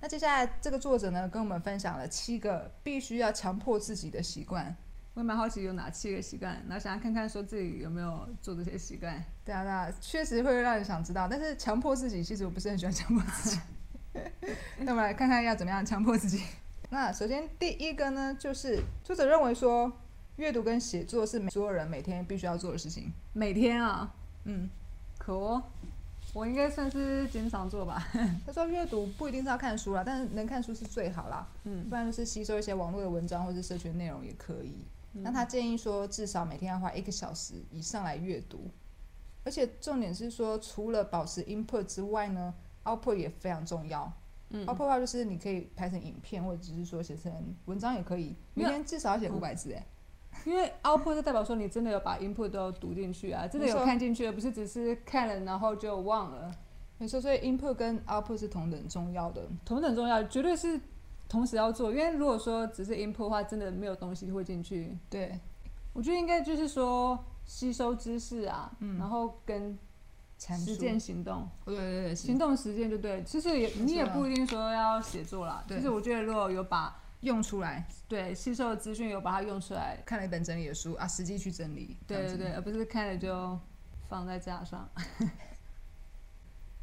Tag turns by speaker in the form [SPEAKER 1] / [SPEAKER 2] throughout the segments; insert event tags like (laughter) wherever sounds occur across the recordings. [SPEAKER 1] 那接下来这个作者呢，跟我们分享了七个必须要强迫自己的习惯。
[SPEAKER 2] 我也蛮好奇有哪七个习惯，然后想要看看说自己有没有做这些习惯。
[SPEAKER 1] 对啊，对啊，确实会让人想知道，但是强迫自己，其实我不是很喜欢强迫自己。 (laughs) 那我们来看看要怎么样强迫自己。那首先第一个呢，就是作者认为说，阅读跟写作是所有人每天必须要做的事情。
[SPEAKER 2] 每天啊，
[SPEAKER 1] 嗯，
[SPEAKER 2] 可哦，我应该算是经常做吧。
[SPEAKER 1] 他说阅读不一定是要看书啦，但是能看书是最好啦，
[SPEAKER 2] 嗯
[SPEAKER 1] 不然就是吸收一些网络的文章或是社群内容也可以。
[SPEAKER 2] 嗯
[SPEAKER 1] 那他建议说，至少每天要花一个小时以上来阅读，而且重点是说，除了保持 input 之外呢，output 也非常重要。
[SPEAKER 2] 嗯
[SPEAKER 1] output 的话就是你可以拍成影片，或者只是说写成文章也可以，每
[SPEAKER 2] 没有
[SPEAKER 1] 天至少要写
[SPEAKER 2] 嗯
[SPEAKER 1] 五百字哎。
[SPEAKER 2] 因为 output 就代表说你真的有把 input 都读进去啊，真的
[SPEAKER 1] 没
[SPEAKER 2] 有
[SPEAKER 1] 错
[SPEAKER 2] 看进去，而不是只是看了然后就忘了。
[SPEAKER 1] 没错，所以 input 跟 output 是同等重要的。
[SPEAKER 2] 同等重要，绝对是同时要做。因为如果说只是 input 的话，真的没有东西会进去。
[SPEAKER 1] 对，
[SPEAKER 2] 我觉得应该就是说吸收知识啊，
[SPEAKER 1] 嗯
[SPEAKER 2] 然后跟
[SPEAKER 1] 阐
[SPEAKER 2] 实
[SPEAKER 1] 述。
[SPEAKER 2] 践行动，
[SPEAKER 1] 哦对对对，
[SPEAKER 2] 行动实践就对。其实也
[SPEAKER 1] 没错啊
[SPEAKER 2] 你也不一定说要写作啦，
[SPEAKER 1] 对
[SPEAKER 2] 就是我觉得如果有把
[SPEAKER 1] 用出来，
[SPEAKER 2] 对吸收的资讯有把它用出来，
[SPEAKER 1] 看了一本整理的书啊，实际去整理。这
[SPEAKER 2] 对
[SPEAKER 1] 样子
[SPEAKER 2] 对对，而不是看了就放在架上。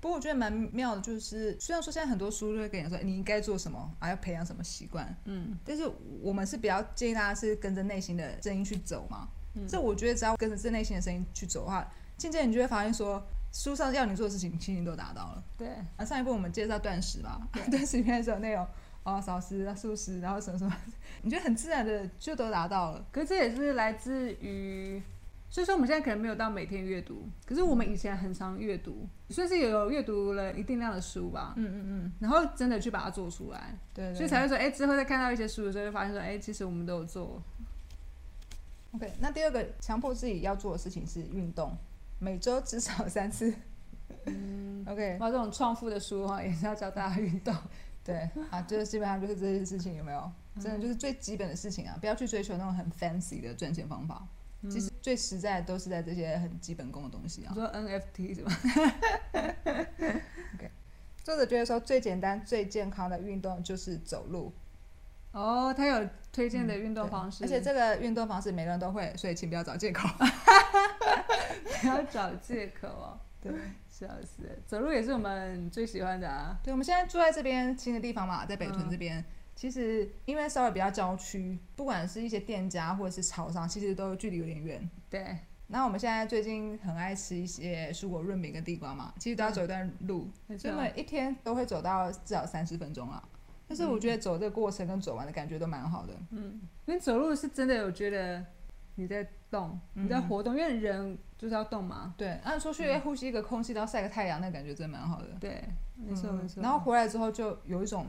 [SPEAKER 1] 不过我觉得蛮妙的，就是虽然说现在很多书就会跟你说你应该做什么啊，要培养什么习惯，
[SPEAKER 2] 嗯，
[SPEAKER 1] 但是我们是比较建议大家是跟着内心的声音去走嘛。
[SPEAKER 2] 嗯
[SPEAKER 1] 这我觉得只要跟着这内心的声音去走的话，渐渐你就会发现说，书上要你做的事情，其实你都达到了。
[SPEAKER 2] (laughs) 对，
[SPEAKER 1] 啊，上一部我们介绍断食吧， (laughs) 断食里面是有内容哦，少食、素食，然后什么什么，你就很自然的就都达到了。
[SPEAKER 2] 可是这也是来自于，所以说我们现在可能没有到每天阅读，可是我们以前很常阅读，算是有阅读了一定量的书吧，
[SPEAKER 1] 嗯嗯嗯，
[SPEAKER 2] 然后真的去把它做出来，
[SPEAKER 1] 对对
[SPEAKER 2] 所以才会说，哎、之后再看到一些书的时候，就发现说，哎、其实我们都有做，
[SPEAKER 1] OK，那第二个强迫自己要做的事情是运动，每周至少三次。
[SPEAKER 2] 嗯，
[SPEAKER 1] OK，
[SPEAKER 2] 哇，这种创富的书的话，也是要教大家运动，
[SPEAKER 1] 对啊，就是基本上就是这些事情有没有？
[SPEAKER 2] 嗯
[SPEAKER 1] 真的就是最基本的事情啊，不要去追求那种很 fancy 的赚钱方法。
[SPEAKER 2] 嗯
[SPEAKER 1] 其实最实在的都是在这些很基本功的东西啊
[SPEAKER 2] 你。说 NFT 是吧？
[SPEAKER 1] 作者觉得说最简单、最健康的运动就是走路，
[SPEAKER 2] 哦，他有推荐的运动
[SPEAKER 1] 嗯对
[SPEAKER 2] 方式，
[SPEAKER 1] 而且这个运动方式每个人都会，所以请不要找借口。
[SPEAKER 2] (laughs) 不要找借口哦，
[SPEAKER 1] 对，
[SPEAKER 2] 笑死了，走路也是我们最喜欢的啊，
[SPEAKER 1] 对，我们现在住在这边新的地方嘛，在北屯
[SPEAKER 2] 嗯
[SPEAKER 1] 这边。其实因为稍微比较郊区，不管是一些店家或者是超商，其实都距离有点远。
[SPEAKER 2] 对，
[SPEAKER 1] 那我们现在最近很爱吃一些蔬果润饼跟地瓜嘛，其实都要走一段路，
[SPEAKER 2] 没错
[SPEAKER 1] 所以，每一天都会走到至少三十分钟啦。但是我觉得走这个过程跟走完的感觉都蛮好的。
[SPEAKER 2] 嗯因为走路是真的有觉得你在动，你在
[SPEAKER 1] 嗯
[SPEAKER 2] 活动，因为人就是要动嘛。
[SPEAKER 1] 对，按出去呼吸一个空气，然后晒个太阳，那感觉真的蛮好的。
[SPEAKER 2] 对，没错、
[SPEAKER 1] 嗯
[SPEAKER 2] 没错。
[SPEAKER 1] 然后回来之后就有一种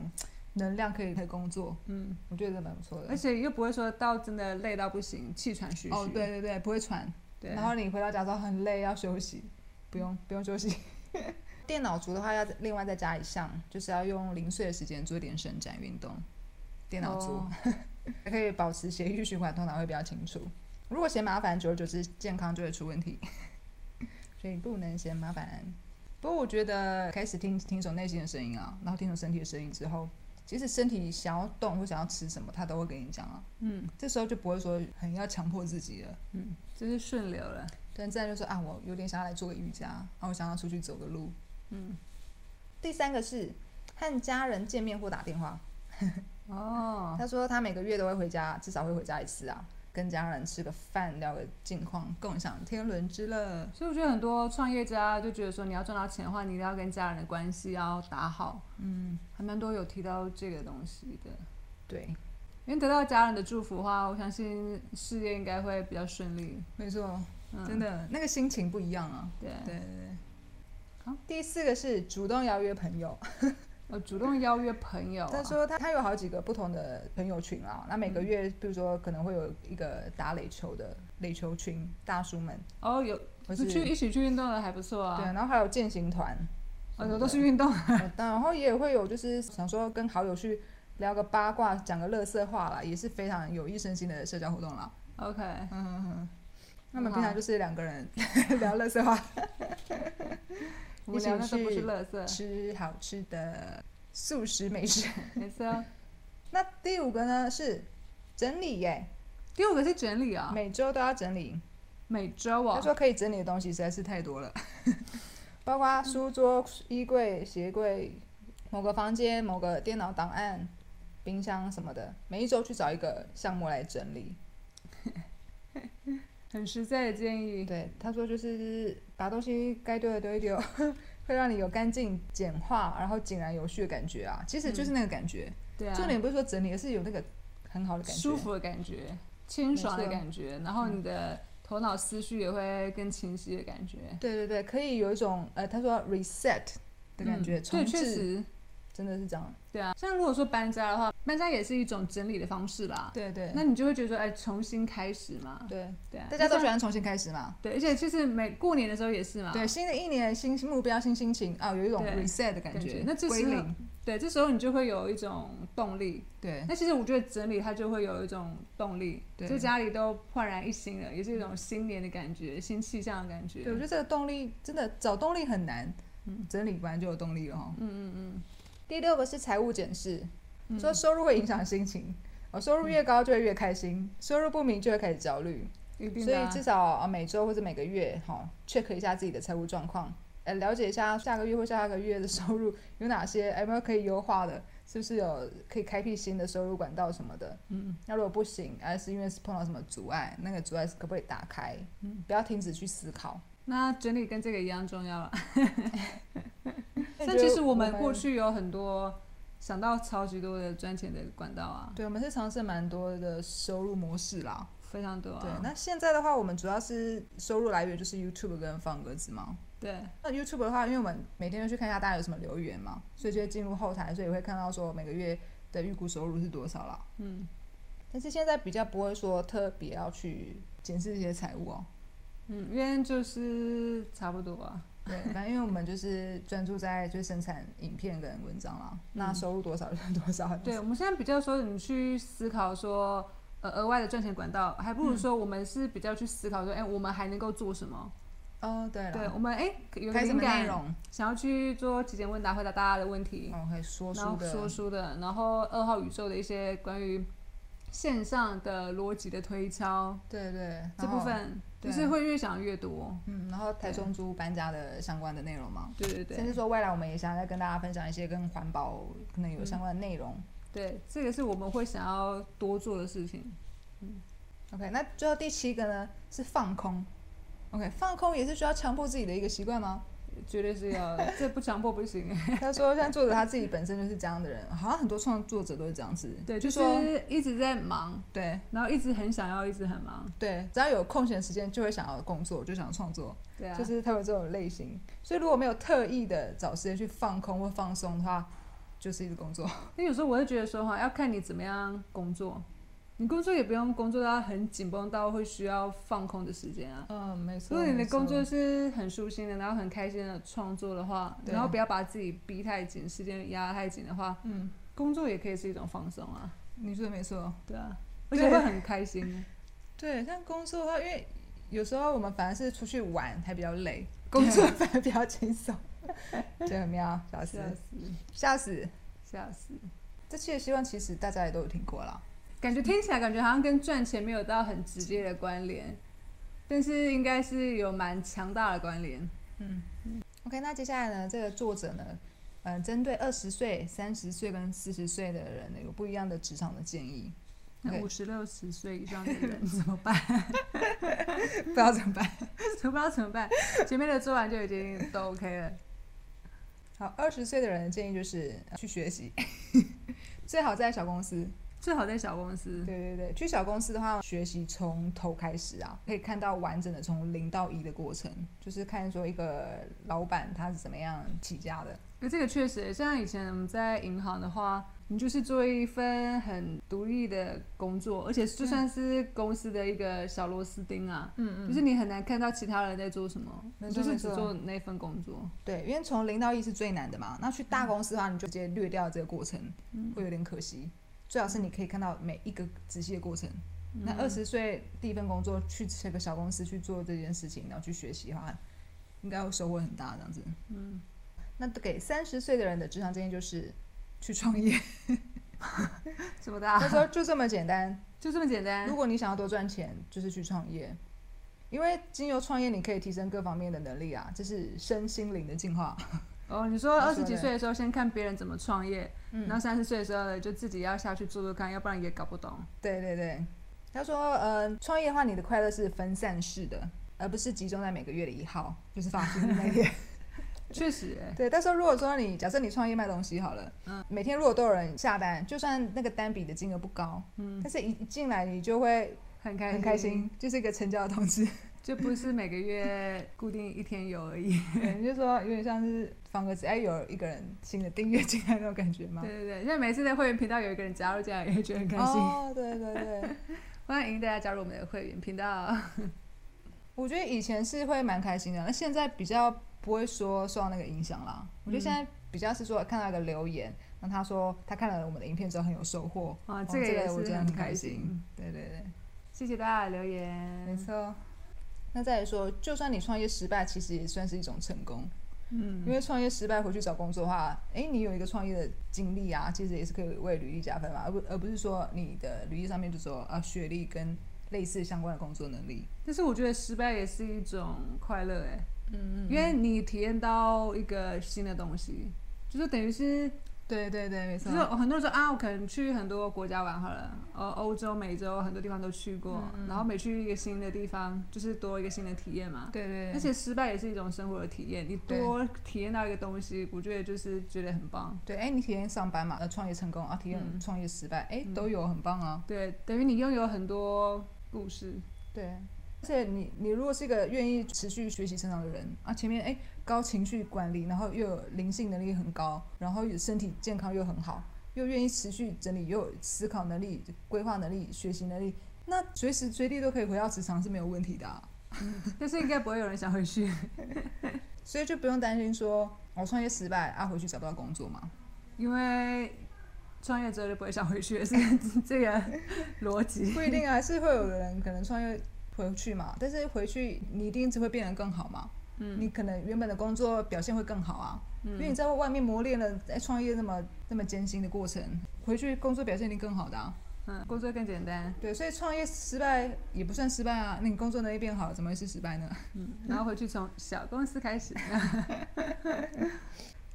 [SPEAKER 1] 能量可以可以工作，
[SPEAKER 2] 嗯，
[SPEAKER 1] 我觉得真的蛮不错的
[SPEAKER 2] 而。且又不会说到真的累到不行，气喘吁吁。
[SPEAKER 1] 哦，对对对，不会喘。
[SPEAKER 2] 对，
[SPEAKER 1] 然后你回到家之后很累，要休息，不用不用休息。 (laughs) 电脑族的话，要另外再加一项，就是要用零碎的时间做一点伸展运动。电脑族、
[SPEAKER 2] 哦
[SPEAKER 1] (laughs) 可以保持血液循环，通常会比较清楚。如果嫌麻烦，久而久之健康就会出问题， (laughs) 所以不能嫌麻烦。不过我觉得开始听听从内心的声音啊，然后听从身体的声音之后，其实身体想要动或想要吃什么，它都会跟你讲啊。
[SPEAKER 2] 嗯
[SPEAKER 1] 这时候就不会说很要强迫自己了。
[SPEAKER 2] 嗯，就是顺流了。
[SPEAKER 1] 对，自然就说啊，我有点想要来做个瑜伽，啊，我想要出去走个路。
[SPEAKER 2] 嗯，
[SPEAKER 1] 第三个是和家人见面或打电话。
[SPEAKER 2] 哦，
[SPEAKER 1] 他说他每个月都会回家，至少会回家一次啊，跟家人吃个饭，聊个近况，共享天伦之乐。
[SPEAKER 2] 所以我觉得很多创业家就觉得说，你要赚到钱的话，你一定要跟家人的关系要打好，
[SPEAKER 1] 嗯，
[SPEAKER 2] 还蛮多有提到这个东西的。
[SPEAKER 1] 对，
[SPEAKER 2] 因为得到家人的祝福的话，我相信事业应该会比较顺利。
[SPEAKER 1] 没错，
[SPEAKER 2] 嗯，
[SPEAKER 1] 真的那个心情不一样啊。
[SPEAKER 2] 对。
[SPEAKER 1] 对对对。
[SPEAKER 2] 好
[SPEAKER 1] 第四个是主动邀约朋友。
[SPEAKER 2] 我哦主动邀约朋友、啊。嗯
[SPEAKER 1] 他说他他有好几个不同的朋友群啊，那每个月，比如说可能会有一个打垒球的垒球群，大叔们，
[SPEAKER 2] 哦，有
[SPEAKER 1] 或是
[SPEAKER 2] 出 (laughs) 去一起去运动的还不错
[SPEAKER 1] 对，
[SPEAKER 2] 啊。
[SPEAKER 1] 然后还有健行团，
[SPEAKER 2] 哦，都是运动。
[SPEAKER 1] 嗯然后也会有就是想说跟好友去聊个八卦，讲个乐色话啦，也是非常有益身心的社交活动啦。
[SPEAKER 2] (laughs)
[SPEAKER 1] (laughs)
[SPEAKER 2] OK，
[SPEAKER 1] 嗯哼哼，那么平
[SPEAKER 2] 很
[SPEAKER 1] 常
[SPEAKER 2] 好
[SPEAKER 1] 就是两个人 (laughs) 聊乐色话，
[SPEAKER 2] 无聊那都不
[SPEAKER 1] 一起
[SPEAKER 2] 是
[SPEAKER 1] 去
[SPEAKER 2] 乐色。
[SPEAKER 1] 吃好吃的。素食美食。 (laughs)
[SPEAKER 2] 没错啊。
[SPEAKER 1] 那第五个呢是整理耶，
[SPEAKER 2] 第五个是整理啊，
[SPEAKER 1] 每周都要整理。
[SPEAKER 2] 每周
[SPEAKER 1] 他
[SPEAKER 2] 啊，
[SPEAKER 1] 说可以整理的东西实在是太多了， (laughs) 包括书桌、衣柜、鞋柜、某个房间、某个电脑档案、冰箱什么的，每一周去找一个项目来整理。
[SPEAKER 2] 很实在的建议。
[SPEAKER 1] 对，他说就是把东西该丢的丢一丢， (laughs) 会让你有干净、简化，然后井然有序的感觉啊。其实就是那个感觉，
[SPEAKER 2] 对啊，
[SPEAKER 1] 重点不是说整理，而是有那个很好的感觉。嗯
[SPEAKER 2] 舒服的感觉，清爽的感觉，然后你的头脑思绪也会更清晰的感觉
[SPEAKER 1] 对对对，可以有一种呃，他说 reset 的感觉，
[SPEAKER 2] 嗯
[SPEAKER 1] 重
[SPEAKER 2] 对，确
[SPEAKER 1] 置，
[SPEAKER 2] 实，
[SPEAKER 1] 真的是这样。
[SPEAKER 2] 对啊。像如果说搬家的话，搬家也是一种整理的方式啦。
[SPEAKER 1] 对对，
[SPEAKER 2] 那你就会觉得说，哎，重新开始嘛，
[SPEAKER 1] 对，
[SPEAKER 2] 对啊，
[SPEAKER 1] 大家都喜
[SPEAKER 2] 像
[SPEAKER 1] 欢重新开始嘛。
[SPEAKER 2] 对，而且就是每过年的时候也是嘛，
[SPEAKER 1] 对，新的一年新目标、新心情啊，有一种
[SPEAKER 2] 对
[SPEAKER 1] reset 的感
[SPEAKER 2] 感
[SPEAKER 1] 觉
[SPEAKER 2] 觉，那这
[SPEAKER 1] 归
[SPEAKER 2] 时候
[SPEAKER 1] 零。
[SPEAKER 2] 对，这时候你就会有一种动力。
[SPEAKER 1] 对
[SPEAKER 2] 那其实我觉得整理它就会有一种动力，
[SPEAKER 1] 对
[SPEAKER 2] 就家里都焕然一新了，也是一种新年的感觉，新气象的感
[SPEAKER 1] 嗯
[SPEAKER 2] 觉。
[SPEAKER 1] 对，我觉得这个动力真的找动力很难，整理完就有动力了哈。
[SPEAKER 2] 嗯嗯嗯。
[SPEAKER 1] 第六个是财务检视，
[SPEAKER 2] 嗯
[SPEAKER 1] 说收入会影响心情。哦，收入越高就会越开心，收入不明就会开始焦虑，
[SPEAKER 2] 一定
[SPEAKER 1] 所
[SPEAKER 2] 嗯的
[SPEAKER 1] 以
[SPEAKER 2] 啊
[SPEAKER 1] 至少啊每周或者每个月哈、check 一下自己的财务状况，呃，了解一下下个月或下下个月的收入有哪些，哎有没有可以优化的，是不是有可以开辟新的收入管道什么的。
[SPEAKER 2] 嗯
[SPEAKER 1] 那如果不行，而是因为是碰到什么阻碍，那个阻碍是可不可以打开？
[SPEAKER 2] 嗯
[SPEAKER 1] 不要停止去思考。
[SPEAKER 2] 那整理跟这个一样
[SPEAKER 1] (laughs)
[SPEAKER 2] 重要了。啊
[SPEAKER 1] 那
[SPEAKER 2] 但
[SPEAKER 1] 你觉
[SPEAKER 2] 其
[SPEAKER 1] 得
[SPEAKER 2] 实我们过，去有很多想到超级多的赚钱的管道啊，
[SPEAKER 1] 对我们是尝试蛮多的收入模式啦。
[SPEAKER 2] 非常多啊。
[SPEAKER 1] 对，那现在的话，我们主要是收入来源就是 YouTube 跟放鸽子嘛。
[SPEAKER 2] 对
[SPEAKER 1] 那 YouTube 的话，因为我们每天都去看一下大家有什么留言嘛，所以就会进入后台，所以会看到说每个月的预估收入是多少啦。
[SPEAKER 2] 嗯
[SPEAKER 1] 但是现在比较不会说特别要去检视这些财务哦。
[SPEAKER 2] 嗯，因为就是差不多啊。
[SPEAKER 1] 对，反正因为我们就是专注在就是生产影片跟文章啦，那
[SPEAKER 2] 嗯
[SPEAKER 1] 收入多少就是多少。
[SPEAKER 2] 对，我们现在比较说你去思考说。呃，额外的赚钱管道，还不如说我们是比较去思考说，哎、我们还能够做什么？
[SPEAKER 1] (laughs) 哦，对了，
[SPEAKER 2] 对，我们哎、有个
[SPEAKER 1] 开什
[SPEAKER 2] 灵
[SPEAKER 1] 么内
[SPEAKER 2] 感，
[SPEAKER 1] 容？
[SPEAKER 2] 想要去做体检问答，回答大家的问题。
[SPEAKER 1] 哦，可以说
[SPEAKER 2] 然
[SPEAKER 1] 书
[SPEAKER 2] 后
[SPEAKER 1] 的，
[SPEAKER 2] 说书的，然后二号宇宙的一些关于线上的逻辑的推敲
[SPEAKER 1] 对对，
[SPEAKER 2] 这
[SPEAKER 1] 然后
[SPEAKER 2] 部，分，就
[SPEAKER 1] 哦对
[SPEAKER 2] 是会越想越多。
[SPEAKER 1] 嗯，然后台中猪搬家的相关的内容嘛，
[SPEAKER 2] 对对
[SPEAKER 1] 甚
[SPEAKER 2] 对
[SPEAKER 1] 至说未来我们也想再跟大家分享一些跟环保可能有
[SPEAKER 2] 嗯
[SPEAKER 1] 相关的内容。
[SPEAKER 2] 对，这个是我们会想要多做的事情。
[SPEAKER 1] OK，那最后第七个呢是放空。OK，放空也是需要强迫自己的一个习惯吗？ (laughs)
[SPEAKER 2] 绝对是要，这不强迫不行。
[SPEAKER 1] 他说，像作者他自己本身就是这样的人，好像很多创作者都是这样子，
[SPEAKER 2] 对，
[SPEAKER 1] 就
[SPEAKER 2] 就
[SPEAKER 1] 说
[SPEAKER 2] 是一直在忙，
[SPEAKER 1] 对
[SPEAKER 2] 然后一直很想要，一直很忙。
[SPEAKER 1] 对，只要有空闲时间就会想要工作，就想创作。
[SPEAKER 2] 对啊，
[SPEAKER 1] 就是他有这种类型。所以如果没有特意的找时间去放空或放松的话，就是一直工作。
[SPEAKER 2] 那有时候我会觉得说哈，要看你怎么样工作。你工作也不用工作到很紧绷到会需要放空的时间啊。
[SPEAKER 1] (laughs) 嗯，没
[SPEAKER 2] 如果你的工作是很舒心的，然后很开心的创作的话，
[SPEAKER 1] 对啊
[SPEAKER 2] 然后不要把自己逼太紧，时间压太紧的话，
[SPEAKER 1] 嗯，
[SPEAKER 2] 工作也可以是一种放松啊，
[SPEAKER 1] 你说的没错。
[SPEAKER 2] 对啊，而
[SPEAKER 1] 对
[SPEAKER 2] 且会很开
[SPEAKER 1] (laughs)
[SPEAKER 2] 心。
[SPEAKER 1] 对，像工作的话，因为有时候我们反而是出去玩还比较累，工作反而比较轻 (laughs) 松。这很妙，笑死
[SPEAKER 2] 吓，死，
[SPEAKER 1] 吓死！
[SPEAKER 2] 吓死！
[SPEAKER 1] 这期的希望其实大家也都有听过啦。
[SPEAKER 2] 感觉听起来感觉好像跟赚钱没有到很直接的关联，但是应该是有蛮强大的关联。
[SPEAKER 1] 嗯 OK，那接下来呢，这个作者呢，嗯、针对二十岁、三十岁跟四十岁的人呢，有不一样的职场的建议，
[SPEAKER 2] 那
[SPEAKER 1] OK
[SPEAKER 2] 五十六十岁以上的人怎么办？ (laughs)
[SPEAKER 1] 不知道怎么办。
[SPEAKER 2] 不知道怎么 (laughs) 办，前面的做完就已经都 OK 了。
[SPEAKER 1] 好，二十岁的人的建议就是呃去学习， (laughs) 最好在小公司。
[SPEAKER 2] 最好在小公司
[SPEAKER 1] 对，对对，去小公司的话，学习从头开始啊，可以看到完整的从零到一的过程，就是看说一个老板他是怎么样起家的。
[SPEAKER 2] 那哎这个确实，像以前我们在银行的话，你就是做一份很独立的工作，而且就算是公司的一个小螺丝钉啊，
[SPEAKER 1] 嗯
[SPEAKER 2] 就是你很难看到其他人在做什么，
[SPEAKER 1] 没
[SPEAKER 2] 你
[SPEAKER 1] 错
[SPEAKER 2] 就是
[SPEAKER 1] 没
[SPEAKER 2] 只
[SPEAKER 1] 错
[SPEAKER 2] 做那份工作。
[SPEAKER 1] 对，因为从零到一是最难的嘛。那去大公司的话，你就直接略掉这个过程，
[SPEAKER 2] 嗯
[SPEAKER 1] 会有点可惜。最好是你可以看到每一个仔细的过程。
[SPEAKER 2] 嗯
[SPEAKER 1] 那二十岁第一份工作去这个小公司去做这件事情，然后去学习的话，应该会收获很大这样子。
[SPEAKER 2] 嗯，
[SPEAKER 1] 那给三十岁的人的职场建议就是，去创业。
[SPEAKER 2] 什么的、啊
[SPEAKER 1] 他，说就这么简单，
[SPEAKER 2] 就这么简单
[SPEAKER 1] 如。果你想要多赚钱，就是去创业，因为经由创业你可以提升各方面的能力啊，这是身心灵的进化。
[SPEAKER 2] 哦，你说
[SPEAKER 1] 他
[SPEAKER 2] 二
[SPEAKER 1] 说
[SPEAKER 2] 十几
[SPEAKER 1] 的
[SPEAKER 2] 岁的时候先看别人怎么创业，
[SPEAKER 1] 嗯
[SPEAKER 2] 然后三十岁的时候就自己要下去做做看，要不然也搞不懂。
[SPEAKER 1] 对对对，他说，呃，创业的话，你的快乐是分散式的，而不是集中在每个月的一号， (laughs) 就是法师日那一 (laughs) 天。
[SPEAKER 2] 确实、欸，
[SPEAKER 1] 对，但是如果说你假设你创业卖东西好了，
[SPEAKER 2] 嗯
[SPEAKER 1] 每天如果都有人下单，就算那个单笔的金额不高，
[SPEAKER 2] 嗯，
[SPEAKER 1] 但是一一进来你就会
[SPEAKER 2] 很开
[SPEAKER 1] 很开心，就是一个成交的通知，
[SPEAKER 2] 就不是每个月固定一天有
[SPEAKER 1] (laughs)
[SPEAKER 2] 而已。
[SPEAKER 1] (laughs) 对你就说有点像是方格子，哎，有一个人新的订阅进来那种感觉吗？
[SPEAKER 2] 对对对，因为每次的会员频道有一个人加入进来，也会觉得很开心。
[SPEAKER 1] 哦，对对对，
[SPEAKER 2] 欢迎大家加入我们的会员频道。 (laughs)
[SPEAKER 1] 我觉得以前是会蛮开心的，那现在比较不会说受到那个影响啦。我
[SPEAKER 2] 嗯
[SPEAKER 1] 觉得现在比较是说看到一个留言，那他说他看了我们的影片之后很有收获，
[SPEAKER 2] 啊，
[SPEAKER 1] 哦
[SPEAKER 2] 这个也
[SPEAKER 1] 我
[SPEAKER 2] 是
[SPEAKER 1] 觉得很
[SPEAKER 2] 开
[SPEAKER 1] 心。对对对，
[SPEAKER 2] 谢谢大家的留
[SPEAKER 1] 没
[SPEAKER 2] 言。
[SPEAKER 1] 错。那再来说，就算你创业失败，其实也算是一种成功，因
[SPEAKER 2] 嗯，
[SPEAKER 1] 为创业失败回去找工作的话，诶，你有一个创业的经历啊，其实也是可以为履历加分嘛，而不而不是说你的履历上面就说啊学历跟类似相关的工作能力。
[SPEAKER 2] 但是我觉得失败也是一种快乐哎，
[SPEAKER 1] 嗯
[SPEAKER 2] 因为你体验到一个新的东西，就是等于是，
[SPEAKER 1] 对对对，没错。
[SPEAKER 2] 就是很多人说啊，我可能去很多国家玩好了，呃，欧洲、美洲很多地方都去过，然后每去一个新的地方，就是多一个新的体验嘛。
[SPEAKER 1] 对对对，
[SPEAKER 2] 而且失败也是一种生活的体验，你
[SPEAKER 1] 对
[SPEAKER 2] 多体验到一个东西，我觉得就是觉得很棒。
[SPEAKER 1] 对，哎，你体验上班嘛，呃，创业成功啊，体验
[SPEAKER 2] 嗯
[SPEAKER 1] 创业失败，哎、都有，很棒啊。
[SPEAKER 2] 对，等于你拥有很多故事。 (laughs)
[SPEAKER 1] 对，而且你你如果是一个愿意持续学习成长的人啊，前面哎高情绪管理，然后又有灵性能力很高，然后又身体健康又很好，又愿意持续整理，又有思考能力、规划能力、学习能力，那随时随地都可以回到职场是没有问题的啊、
[SPEAKER 2] 但是应该不会有人想回去。 (laughs)
[SPEAKER 1] 所以就不用担心说我创业失败啊，回去找不到工作嘛。
[SPEAKER 2] 因为创业之后就不会想回去了，是这个逻辑。
[SPEAKER 1] 不一定啊，还是会有人可能创业回去嘛，但是回去你一定只会变得更好嘛。
[SPEAKER 2] (laughs) 嗯
[SPEAKER 1] 你可能原本的工作表现会更好啊，因为你
[SPEAKER 2] 嗯，
[SPEAKER 1] 在外面磨练了在创业那么那么艰辛的过程，回去工作表现一定更好的啊。
[SPEAKER 2] 嗯，工作更简单，
[SPEAKER 1] 对，所以创业失败也不算失败啊，那你工作能力变好，怎么会是失败呢？
[SPEAKER 2] 嗯，然后回去从小公司开始。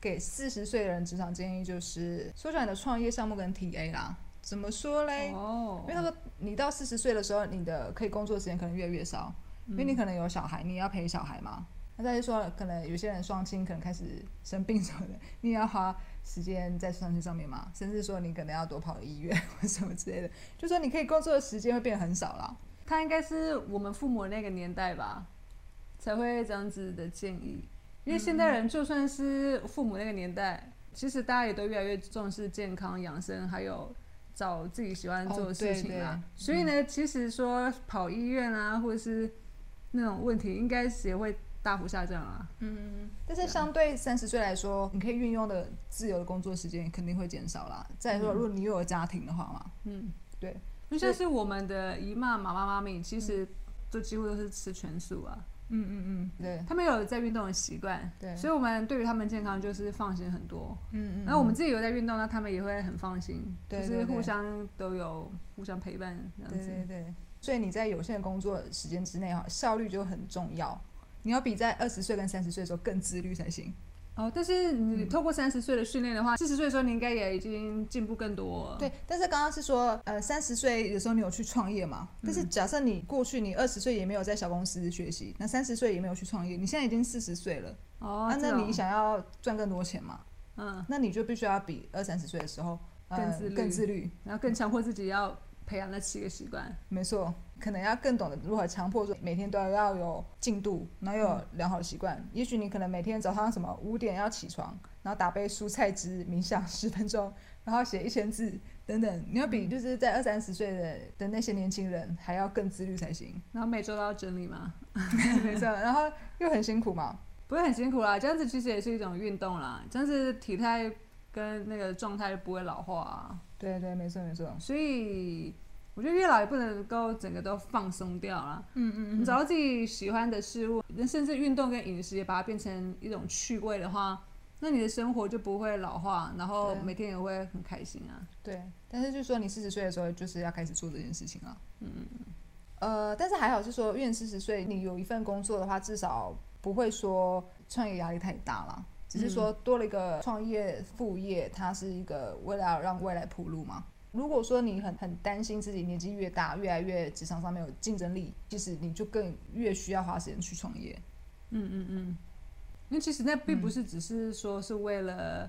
[SPEAKER 1] 给四十岁的人职场建议就是缩小你的创业项目跟 TA 啦。怎么说嘞？
[SPEAKER 2] 哦
[SPEAKER 1] 因为他说你到四十岁的时候，你的可以工作时间可能越来越少，
[SPEAKER 2] 嗯
[SPEAKER 1] 因为你可能有小孩，你要陪小孩嘛。那再就说，可能有些人双亲可能开始生病什么的， (laughs) 你也要花时间在双亲上面嘛，甚至说你可能要多跑医院或什么之类的，就说你可以工作的时间会变得很少啦。
[SPEAKER 2] 他应该是我们父母那个年代吧，才会这样子的建议。因为现代人就算是父母那个年代，其实大家也都越来越重视健康养生，还有找自己喜欢做的事情
[SPEAKER 1] 哦
[SPEAKER 2] 啦。所以呢，其实说跑医院啊，或者是那种问题，应该是也会大幅下降啊。
[SPEAKER 1] 嗯，但是相对三十岁来说，你可以运用的自由的工作时间肯定会减少啦。再来说，
[SPEAKER 2] 嗯
[SPEAKER 1] 如果你又有家庭的话嘛，
[SPEAKER 2] 嗯，
[SPEAKER 1] 对，嗯
[SPEAKER 2] 就
[SPEAKER 1] 所以
[SPEAKER 2] 像是我们的姨妈、妈妈、妈咪，其实都几乎都是吃全素啊，
[SPEAKER 1] 嗯嗯嗯，对
[SPEAKER 2] 他们有在运动的习惯，
[SPEAKER 1] 对，
[SPEAKER 2] 所以我们对于他们健康就是放心很多。
[SPEAKER 1] 嗯嗯，
[SPEAKER 2] 然后我
[SPEAKER 1] 嗯
[SPEAKER 2] 们自己有在运动，那他们也会很放心，
[SPEAKER 1] 对
[SPEAKER 2] 就
[SPEAKER 1] 对
[SPEAKER 2] 是
[SPEAKER 1] 对
[SPEAKER 2] 互相都有互相陪伴这样
[SPEAKER 1] 对对
[SPEAKER 2] 子。
[SPEAKER 1] 对，所以你在有限的工作时间之内哈，效率就很重要。你要比在二十岁跟三十岁的时候更自律才行。
[SPEAKER 2] 哦，但是你透过三十岁的训练的话，四十岁的时候你应该也已经进步更多了。，
[SPEAKER 1] 嗯对，但是刚刚是说，呃，三十岁的时候你有去创业嘛？
[SPEAKER 2] 嗯
[SPEAKER 1] 但是假设你过去你二十岁也没有在小公司学习，那三十岁也没有去创业，你现在已经四十岁了，
[SPEAKER 2] 哦，
[SPEAKER 1] 啊，那
[SPEAKER 2] 这种
[SPEAKER 1] 你，想要赚更多钱嘛？
[SPEAKER 2] 嗯，
[SPEAKER 1] 那你就必须要比二三十岁的时候、呃、
[SPEAKER 2] 更自律
[SPEAKER 1] 更自律。
[SPEAKER 2] 然后更强迫自己要培养那七个习惯。
[SPEAKER 1] 没错，可能要更懂得如何强迫说每天都要有进度，然后又有良好的习惯。也许你可能每天早上什么五点要起床，然后打杯蔬菜汁，冥想十分钟，然后写一千字等等。你要比就是在二三十岁的的那些年轻人还要更自律才行。 (laughs)
[SPEAKER 2] 然后每周都要整理嘛，
[SPEAKER 1] 没错，然后又很辛苦嘛。
[SPEAKER 2] 不会很辛苦啦。这样子其实也是一种运动啦，这样子体态跟那个状态就不会老化啊。
[SPEAKER 1] 对对，没错没错。
[SPEAKER 2] 所以我觉得越老也不能够整个都放松掉啦。
[SPEAKER 1] 嗯嗯
[SPEAKER 2] 你找到自己喜欢的事物，甚至运动跟饮食也把它变成一种趣味的话，那你的生活就不会老化，然后
[SPEAKER 1] 对
[SPEAKER 2] 每天也会很开心啊。
[SPEAKER 1] 对，但是就说你四十岁的时候就是要开始做这件事情了。
[SPEAKER 2] 嗯，
[SPEAKER 1] 呃，但是还好是说，因为四十岁你有一份工作的话，至少不会说创业压力太大啦。只
[SPEAKER 2] 嗯
[SPEAKER 1] 是说多了一个创业副业，它是一个为了要让未来铺路嘛。如果说你很很担心自己年纪越大，越来越职场上面有竞争力，其实你就更越需要花时间去创业。
[SPEAKER 2] 嗯嗯嗯，因为其实那并
[SPEAKER 1] 嗯
[SPEAKER 2] 不是只是说是为了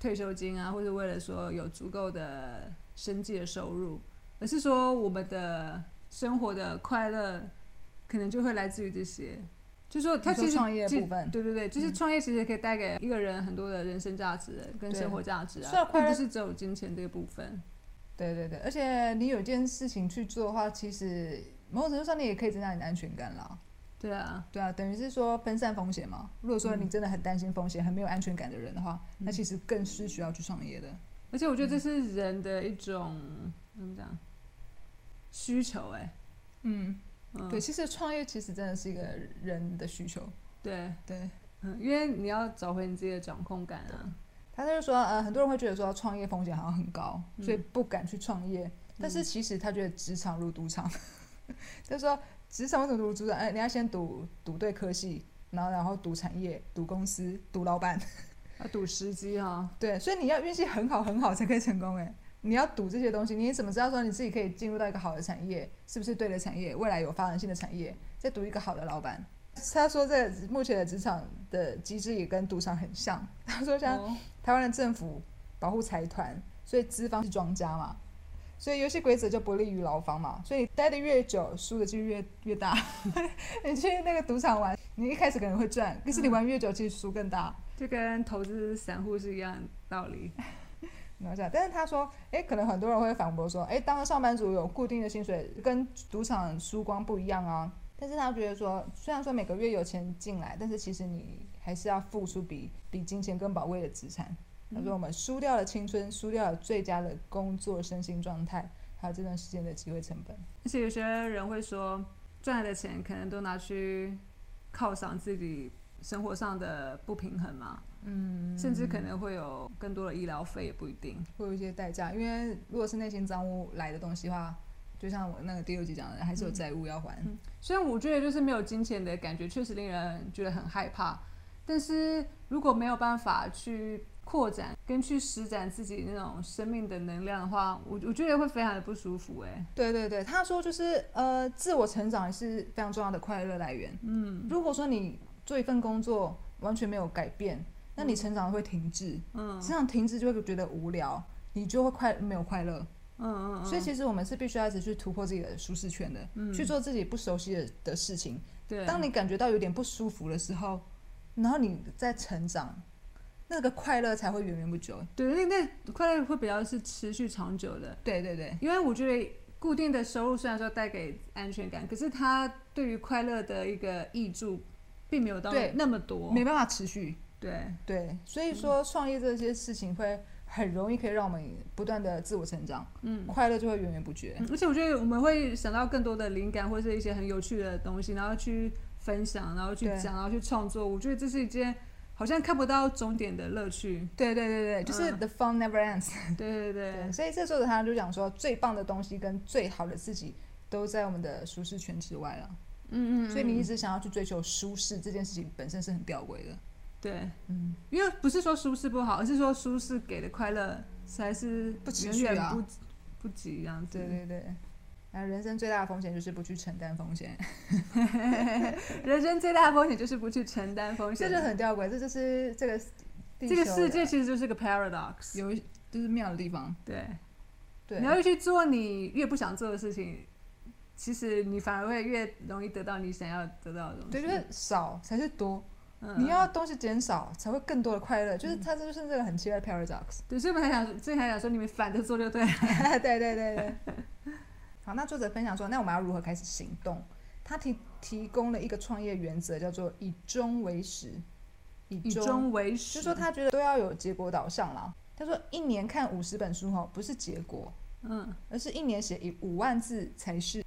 [SPEAKER 2] 退休金啊，或者为了说有足够的生计的收入，而是说我们的生活的快乐可能就会来自于这些。就说它
[SPEAKER 1] 你说
[SPEAKER 2] 其实
[SPEAKER 1] 创业
[SPEAKER 2] 其
[SPEAKER 1] 部分，
[SPEAKER 2] 对对对，就是
[SPEAKER 1] 嗯
[SPEAKER 2] 创业其实可以带给一个人很多的人生价值跟
[SPEAKER 1] 对
[SPEAKER 2] 生活价值
[SPEAKER 1] 虽然
[SPEAKER 2] 啊，
[SPEAKER 1] 快
[SPEAKER 2] 并
[SPEAKER 1] 乐
[SPEAKER 2] 不是只有金钱这个部分。
[SPEAKER 1] 对对对，而且你有一件事情去做的话，其实某种程度上你也可以增加你的安全感啦。
[SPEAKER 2] 对啊，
[SPEAKER 1] 对啊，等于是说分散风险嘛。如果说你真的很担心风险、很没有安全感的人的话，
[SPEAKER 2] 嗯
[SPEAKER 1] 那其实更是需要去创业的。
[SPEAKER 2] 而且我
[SPEAKER 1] 嗯
[SPEAKER 2] 觉得这是人的一种怎么讲需求哎、
[SPEAKER 1] 嗯，
[SPEAKER 2] 嗯，
[SPEAKER 1] 对，其实创业其实真的是一个人的需求。
[SPEAKER 2] 对，
[SPEAKER 1] 对，
[SPEAKER 2] 嗯，因为你要找回你自己的掌控感啊。
[SPEAKER 1] 他就是说，呃，很多人会觉得说创业风险好像很高，
[SPEAKER 2] 嗯
[SPEAKER 1] 所以不敢去创业。但是其实他觉得职场如赌场， (laughs) 就是说职场为什么如赌场？哎、你要先赌赌对科系，然后然后赌产业、赌公司、赌老板。
[SPEAKER 2] 要赌时机哈，
[SPEAKER 1] 对，所以你要运气很好很好才可以成功哎。你要赌这些东西，你怎么知道说你自己可以进入到一个好的产业，是不是对的产业，未来有发展性的产业？再赌一个好的老板。他说，这个目前的职场的机制也跟赌场很像。他说，像
[SPEAKER 2] 哦
[SPEAKER 1] 台湾的政府保护财团，所以资方是庄家嘛，所以游戏规则就不利于劳方嘛，所以你待的越久，输的就越越大。 (laughs) 你去那个赌场玩，你一开始可能会赚，可是你玩越久，其实输更大。
[SPEAKER 2] 就跟投资散户是一样的道理。
[SPEAKER 1] 了解，但是他说，诶，可能很多人会反驳说，诶，当个上班族有固定的薪水，跟赌场输光不一样啊。但是他觉得说，虽然说每个月有钱进来，但是其实你还是要付出比比金钱更宝贵的资产。他说，我们输掉了青春，输掉了最佳的工作、身心状态，还有这段时间的机会成本。
[SPEAKER 2] 而且有些人会说，赚来的钱可能都拿去犒赏自己生活上的不平衡嘛，
[SPEAKER 1] 嗯
[SPEAKER 2] 甚至可能会有更多的医疗费也不一定。
[SPEAKER 1] 会有一些代价，因为如果是内心脏污来的东西的话，就像我那个第六集讲的，还是有债务要还。
[SPEAKER 2] 嗯虽然我觉得就是没有金钱的感觉，确实令人觉得很害怕，但是如果没有办法去扩展跟去施展自己那种生命的能量的话，我我觉得会非常的不舒服哎、
[SPEAKER 1] 对对对，他说就是呃，自我成长也是非常重要的快乐来源。
[SPEAKER 2] 嗯
[SPEAKER 1] 如果说你做一份工作完全没有改变，那你成长会停滞，
[SPEAKER 2] 嗯
[SPEAKER 1] 成长停滞就会觉得无聊，你就会快没有快乐。
[SPEAKER 2] 嗯嗯，
[SPEAKER 1] 所以其实我们是必须要一直去突破自己的舒适圈的，
[SPEAKER 2] 嗯
[SPEAKER 1] 去做自己不熟悉的的事情。
[SPEAKER 2] 对，
[SPEAKER 1] 当你感觉到有点不舒服的时候，然后你在成长，那个快乐才会源源不绝。
[SPEAKER 2] 对那那快乐会比较是持续长久的，
[SPEAKER 1] 对对对，
[SPEAKER 2] 因为我觉得固定的收入虽然说带给安全感，可是它对于快乐的一个益处并没有到
[SPEAKER 1] 对
[SPEAKER 2] 那么多，
[SPEAKER 1] 没办法持续。
[SPEAKER 2] 对，
[SPEAKER 1] 对，所
[SPEAKER 2] 嗯
[SPEAKER 1] 以说创业这些事情会很容易可以让我们不断的自我成长，
[SPEAKER 2] 嗯。
[SPEAKER 1] 快乐就会源源不绝。
[SPEAKER 2] 嗯而且我觉得我们会想到更多的灵感或是一些很有趣的东西，然后去分享，然后去
[SPEAKER 1] 对
[SPEAKER 2] 讲，然后去创作。我觉得这是一件好像看不到终点的乐趣。
[SPEAKER 1] 对对对对，就是
[SPEAKER 2] 嗯
[SPEAKER 1] the fun never ends。
[SPEAKER 2] 对对嗯对，
[SPEAKER 1] 所以这作者他就讲说，最棒的东西跟最好的自己都在我们的舒适圈之外了。
[SPEAKER 2] 嗯嗯嗯。
[SPEAKER 1] 所以你一直想要去追求舒适这件事情本身是很吊诡的。
[SPEAKER 2] 对，
[SPEAKER 1] 嗯，
[SPEAKER 2] 因为不是说舒适不好，而是说舒适给的快乐才是
[SPEAKER 1] 不持
[SPEAKER 2] 远
[SPEAKER 1] 续啊
[SPEAKER 2] 远不、不及这样子。
[SPEAKER 1] 对对对。啊，人生最大的风险就是不去承担风险，
[SPEAKER 2] 人生最大的风险就是不去承担风
[SPEAKER 1] 这
[SPEAKER 2] 险。
[SPEAKER 1] 就很吊诡。这就是这个地
[SPEAKER 2] 这个
[SPEAKER 1] 球
[SPEAKER 2] 世界
[SPEAKER 1] 的
[SPEAKER 2] 其实就是个 paradox。
[SPEAKER 1] 有一就是妙的地方。
[SPEAKER 2] 对。
[SPEAKER 1] 对，
[SPEAKER 2] 你要去做你越不想做的事情，其实你反而会越容易得到你想要得到的东西。
[SPEAKER 1] 对，就是少才是多。
[SPEAKER 2] 嗯、
[SPEAKER 1] 你要东西减少，才会更多的快乐。就是它就是这个很奇怪的
[SPEAKER 2] (laughs)
[SPEAKER 1] paradox。
[SPEAKER 2] 对，所以我们才想，之前才想说你们反着做就 (laughs) 对了。
[SPEAKER 1] 对对对对。好，那作者分享说，那我们要如何开始行动？他提提供了一个创业原则，叫做以终为始。以
[SPEAKER 2] 以
[SPEAKER 1] 终，
[SPEAKER 2] 终为
[SPEAKER 1] 就
[SPEAKER 2] 始，
[SPEAKER 1] 是说他觉得都要有结果导向啦。他说一年看五十本书哦，不是结果，
[SPEAKER 2] 嗯，
[SPEAKER 1] 而是一年写一五万字才是。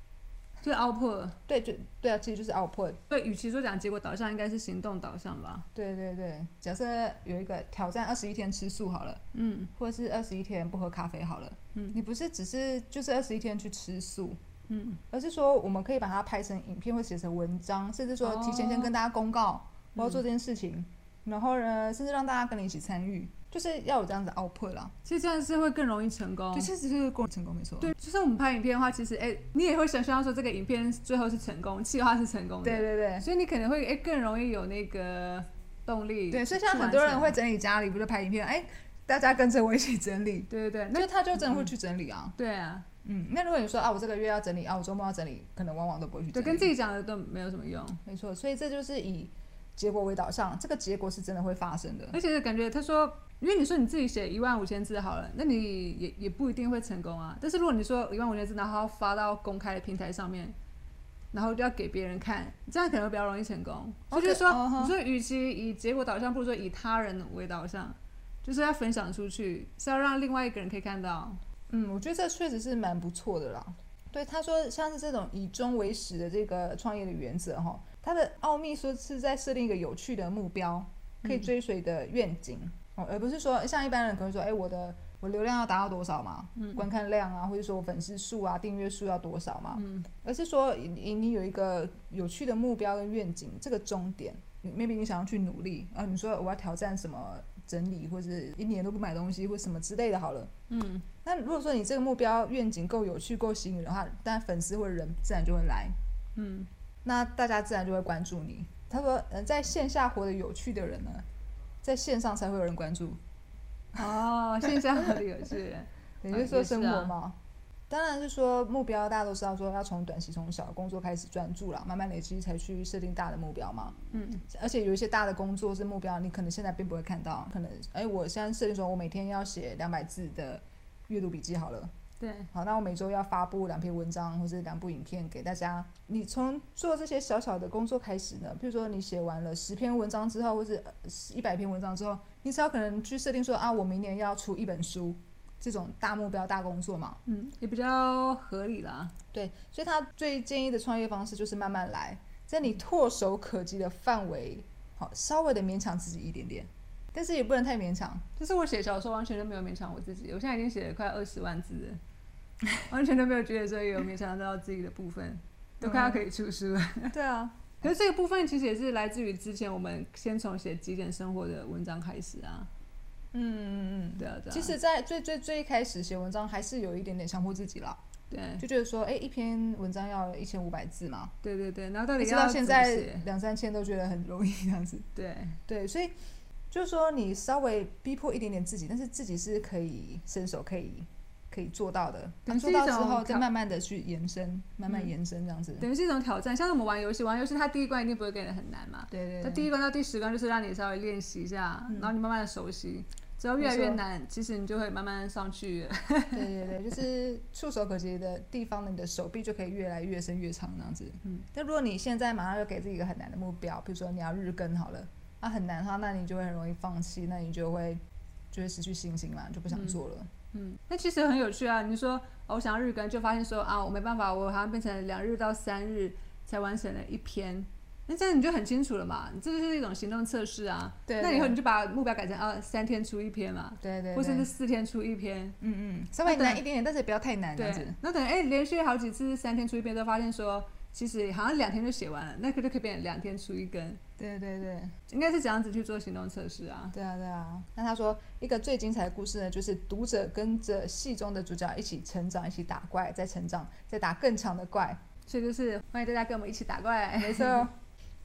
[SPEAKER 2] 就是 output。
[SPEAKER 1] 对，就对啊，其实就是 output。
[SPEAKER 2] 对，与其说讲结果导向，应该是行动导向吧。
[SPEAKER 1] 对对对，假设有一个挑战二十一天吃素好了，
[SPEAKER 2] 嗯
[SPEAKER 1] 或者是二十一天不喝咖啡好了，
[SPEAKER 2] 嗯
[SPEAKER 1] 你不是只是就是二十一天去吃素，
[SPEAKER 2] 嗯，
[SPEAKER 1] 而是说我们可以把它拍成影片，或写成文章，甚至说提前先
[SPEAKER 2] 哦嗯
[SPEAKER 1] 跟大家公告、我要做这件事情，然后呢，甚至让大家跟你一起参与，就是要有这样子的 output 啦。
[SPEAKER 2] 其实这样是会更容易成功
[SPEAKER 1] 对，。确实是功成功没错。
[SPEAKER 2] 哦对，就是我们拍影片的话，其实哎、你也会想象说这个影片最后是成功，计划是成功的。
[SPEAKER 1] 对对对
[SPEAKER 2] 所以你可能会哎、更容易有那个动力。
[SPEAKER 1] 对，所以现在很多人会。整理家里，不就拍影片？哎，大家跟着我一起整理，
[SPEAKER 2] 对对对， (laughs) 那嗯
[SPEAKER 1] 那他就真的会去整理啊。
[SPEAKER 2] 对啊，
[SPEAKER 1] 嗯，那如果你说啊，我这个月要整理啊，我周末要整理，可能往往都不会去整
[SPEAKER 2] 对，
[SPEAKER 1] 理。
[SPEAKER 2] 跟自己讲的都没有什么用。
[SPEAKER 1] 没错，所以这就是以结果为导向，这个结果是真的会发生的。
[SPEAKER 2] 而且感觉他说，因为你说你自己写一万五千字好了，那你也也不一定会成功啊。但是如果你说一万五千字，然后发到公开的平台上面，然后就要给别人看，这样可能会比较容易成功。所以就是说
[SPEAKER 1] OK，嗯哼
[SPEAKER 2] 你说与其以结果导向，不如说以他人为导向，就是要分享出去，是要让另外一个人可以看到。
[SPEAKER 1] 嗯，我觉得这确实是蛮不错的啦。对，他说像是这种以终为始的这个创业的原则哈，它的奥秘说是在设定一个有趣的目标，可以
[SPEAKER 2] 嗯
[SPEAKER 1] 追随的愿景、哦，而不是说像一般人可能说，哎，我的我流量要达到多少嘛，
[SPEAKER 2] 嗯
[SPEAKER 1] 观看量啊，或者说我粉丝数啊、订阅数要多少嘛，
[SPEAKER 2] 嗯
[SPEAKER 1] 而是说你你有一个有趣的目标跟愿景，这个终点你，maybe 你想要去努力啊，你说我要挑战什么整理，或者是一年都不买东西，或什么之类的，好了。
[SPEAKER 2] 嗯，
[SPEAKER 1] 那如果说你这个目标愿景够有趣、够吸引人的话，但粉丝或者人自然就会来，
[SPEAKER 2] 嗯，
[SPEAKER 1] 那大家自然就会关注你。他说，嗯、在线下活得有趣的人呢，在线上才会有人关注，
[SPEAKER 2] 哦，线下的有趣人，
[SPEAKER 1] 也
[SPEAKER 2] 啊
[SPEAKER 1] 就是说
[SPEAKER 2] 也是
[SPEAKER 1] 生活
[SPEAKER 2] 啊
[SPEAKER 1] 嘛。当然是说目标，大家都知道说要从短期、从小工作开始专注啦，慢慢累积才去设定大的目标嘛。
[SPEAKER 2] 嗯
[SPEAKER 1] 而且有一些大的工作是目标，你可能现在并不会看到，可能哎，我现在设定说我每天要写两百字的阅读笔记好了。
[SPEAKER 2] 对，
[SPEAKER 1] 好，那我每周要发布两篇文章或者两部影片给大家。你从做这些小小的工作开始呢，比如说你写完了十篇文章之后，或者一百篇文章之后，你只要可能去设定说啊，我明年要出一本书，这种大目标、大工作嘛。
[SPEAKER 2] 嗯，也比较合理啦。
[SPEAKER 1] 对，所以他最建议的创业方式就是慢慢来，在你唾手可及的范围，好，稍微的勉强自己一点点，但是也不能太勉强。 (laughs)
[SPEAKER 2] 就是我写小说完全都没有勉强我自己，我现在已经写了快二十万字了，完全都没有觉得说有勉强到自己的部分，都快要可以出书了。 (laughs)
[SPEAKER 1] 对啊，
[SPEAKER 2] 可是这个部分其实也是来自于之前我们先从写极简生活的文章开始啊，
[SPEAKER 1] 嗯嗯嗯。
[SPEAKER 2] 对啊，对啊
[SPEAKER 1] 其实，在最最最一开始写文章，还是有一点点强迫自己啦。
[SPEAKER 2] 对
[SPEAKER 1] 就觉得说，哎、一篇文章要一千五百字嘛，
[SPEAKER 2] 对对对，然后到
[SPEAKER 1] 一
[SPEAKER 2] 底
[SPEAKER 1] 直
[SPEAKER 2] 要
[SPEAKER 1] 到现
[SPEAKER 2] 怎么
[SPEAKER 1] 在
[SPEAKER 2] 写
[SPEAKER 1] 两三千都觉得很容易这样子。
[SPEAKER 2] 对
[SPEAKER 1] 对，所以就是说你稍微逼迫一点点自己，但是自己是可以伸手可以可以做到的。
[SPEAKER 2] 对
[SPEAKER 1] 那做到
[SPEAKER 2] 嗯是
[SPEAKER 1] 之
[SPEAKER 2] 一种
[SPEAKER 1] 后，再
[SPEAKER 2] 挑
[SPEAKER 1] 慢慢的去延伸，慢慢
[SPEAKER 2] 嗯
[SPEAKER 1] 延伸这样子。
[SPEAKER 2] 等于是一种挑战，像是我们玩游戏，玩游戏它第一关一定不会给你很难嘛，
[SPEAKER 1] 对
[SPEAKER 2] 它
[SPEAKER 1] 对
[SPEAKER 2] 第
[SPEAKER 1] 对，
[SPEAKER 2] 一关到第十关就是让你稍微练习一下，
[SPEAKER 1] 嗯
[SPEAKER 2] 然后你慢慢的熟悉，只要越来
[SPEAKER 1] 没
[SPEAKER 2] 越
[SPEAKER 1] 错
[SPEAKER 2] 难，其实你就会慢慢上去了。
[SPEAKER 1] 对对对，就是触手可及的地方，你的手臂就可以越来越伸越长这样子。
[SPEAKER 2] 嗯，
[SPEAKER 1] 但如果你现在马上就给自己一个很难的目标，比如说你要日更好了，啊很难的话，那你就会很容易放弃，那你就会就会失去信心嘛，就不想
[SPEAKER 2] 嗯
[SPEAKER 1] 做了。
[SPEAKER 2] 嗯，那其实很有趣啊！你说、哦我想要日更，就发现说啊，我没办法，我好像变成两日到三日才完成了一篇。那这样你就很清楚了嘛，这就是一种行动测试啊。
[SPEAKER 1] 对
[SPEAKER 2] 那以
[SPEAKER 1] 对
[SPEAKER 2] 后你就把目标改成啊，三天出一篇嘛，
[SPEAKER 1] 对对，
[SPEAKER 2] 或
[SPEAKER 1] 对
[SPEAKER 2] 甚至四天出一篇。
[SPEAKER 1] 嗯嗯，稍微难一点点，但是也不要太难这样
[SPEAKER 2] 对
[SPEAKER 1] 子。，
[SPEAKER 2] 那等哎、连续好几次三天出一篇，都发现说其实好像两天就写完了，那可就可以变成两天出一根，
[SPEAKER 1] 对对对，
[SPEAKER 2] 应该是这样子去做行动测试啊。
[SPEAKER 1] 对啊对啊。那他说一个最精彩的故事呢，就是读者跟着戏中的主角一起成长，一起打怪，再成长，再打更强的怪。
[SPEAKER 2] 所以就是欢迎大家跟我们一起打怪。
[SPEAKER 1] 没错。哦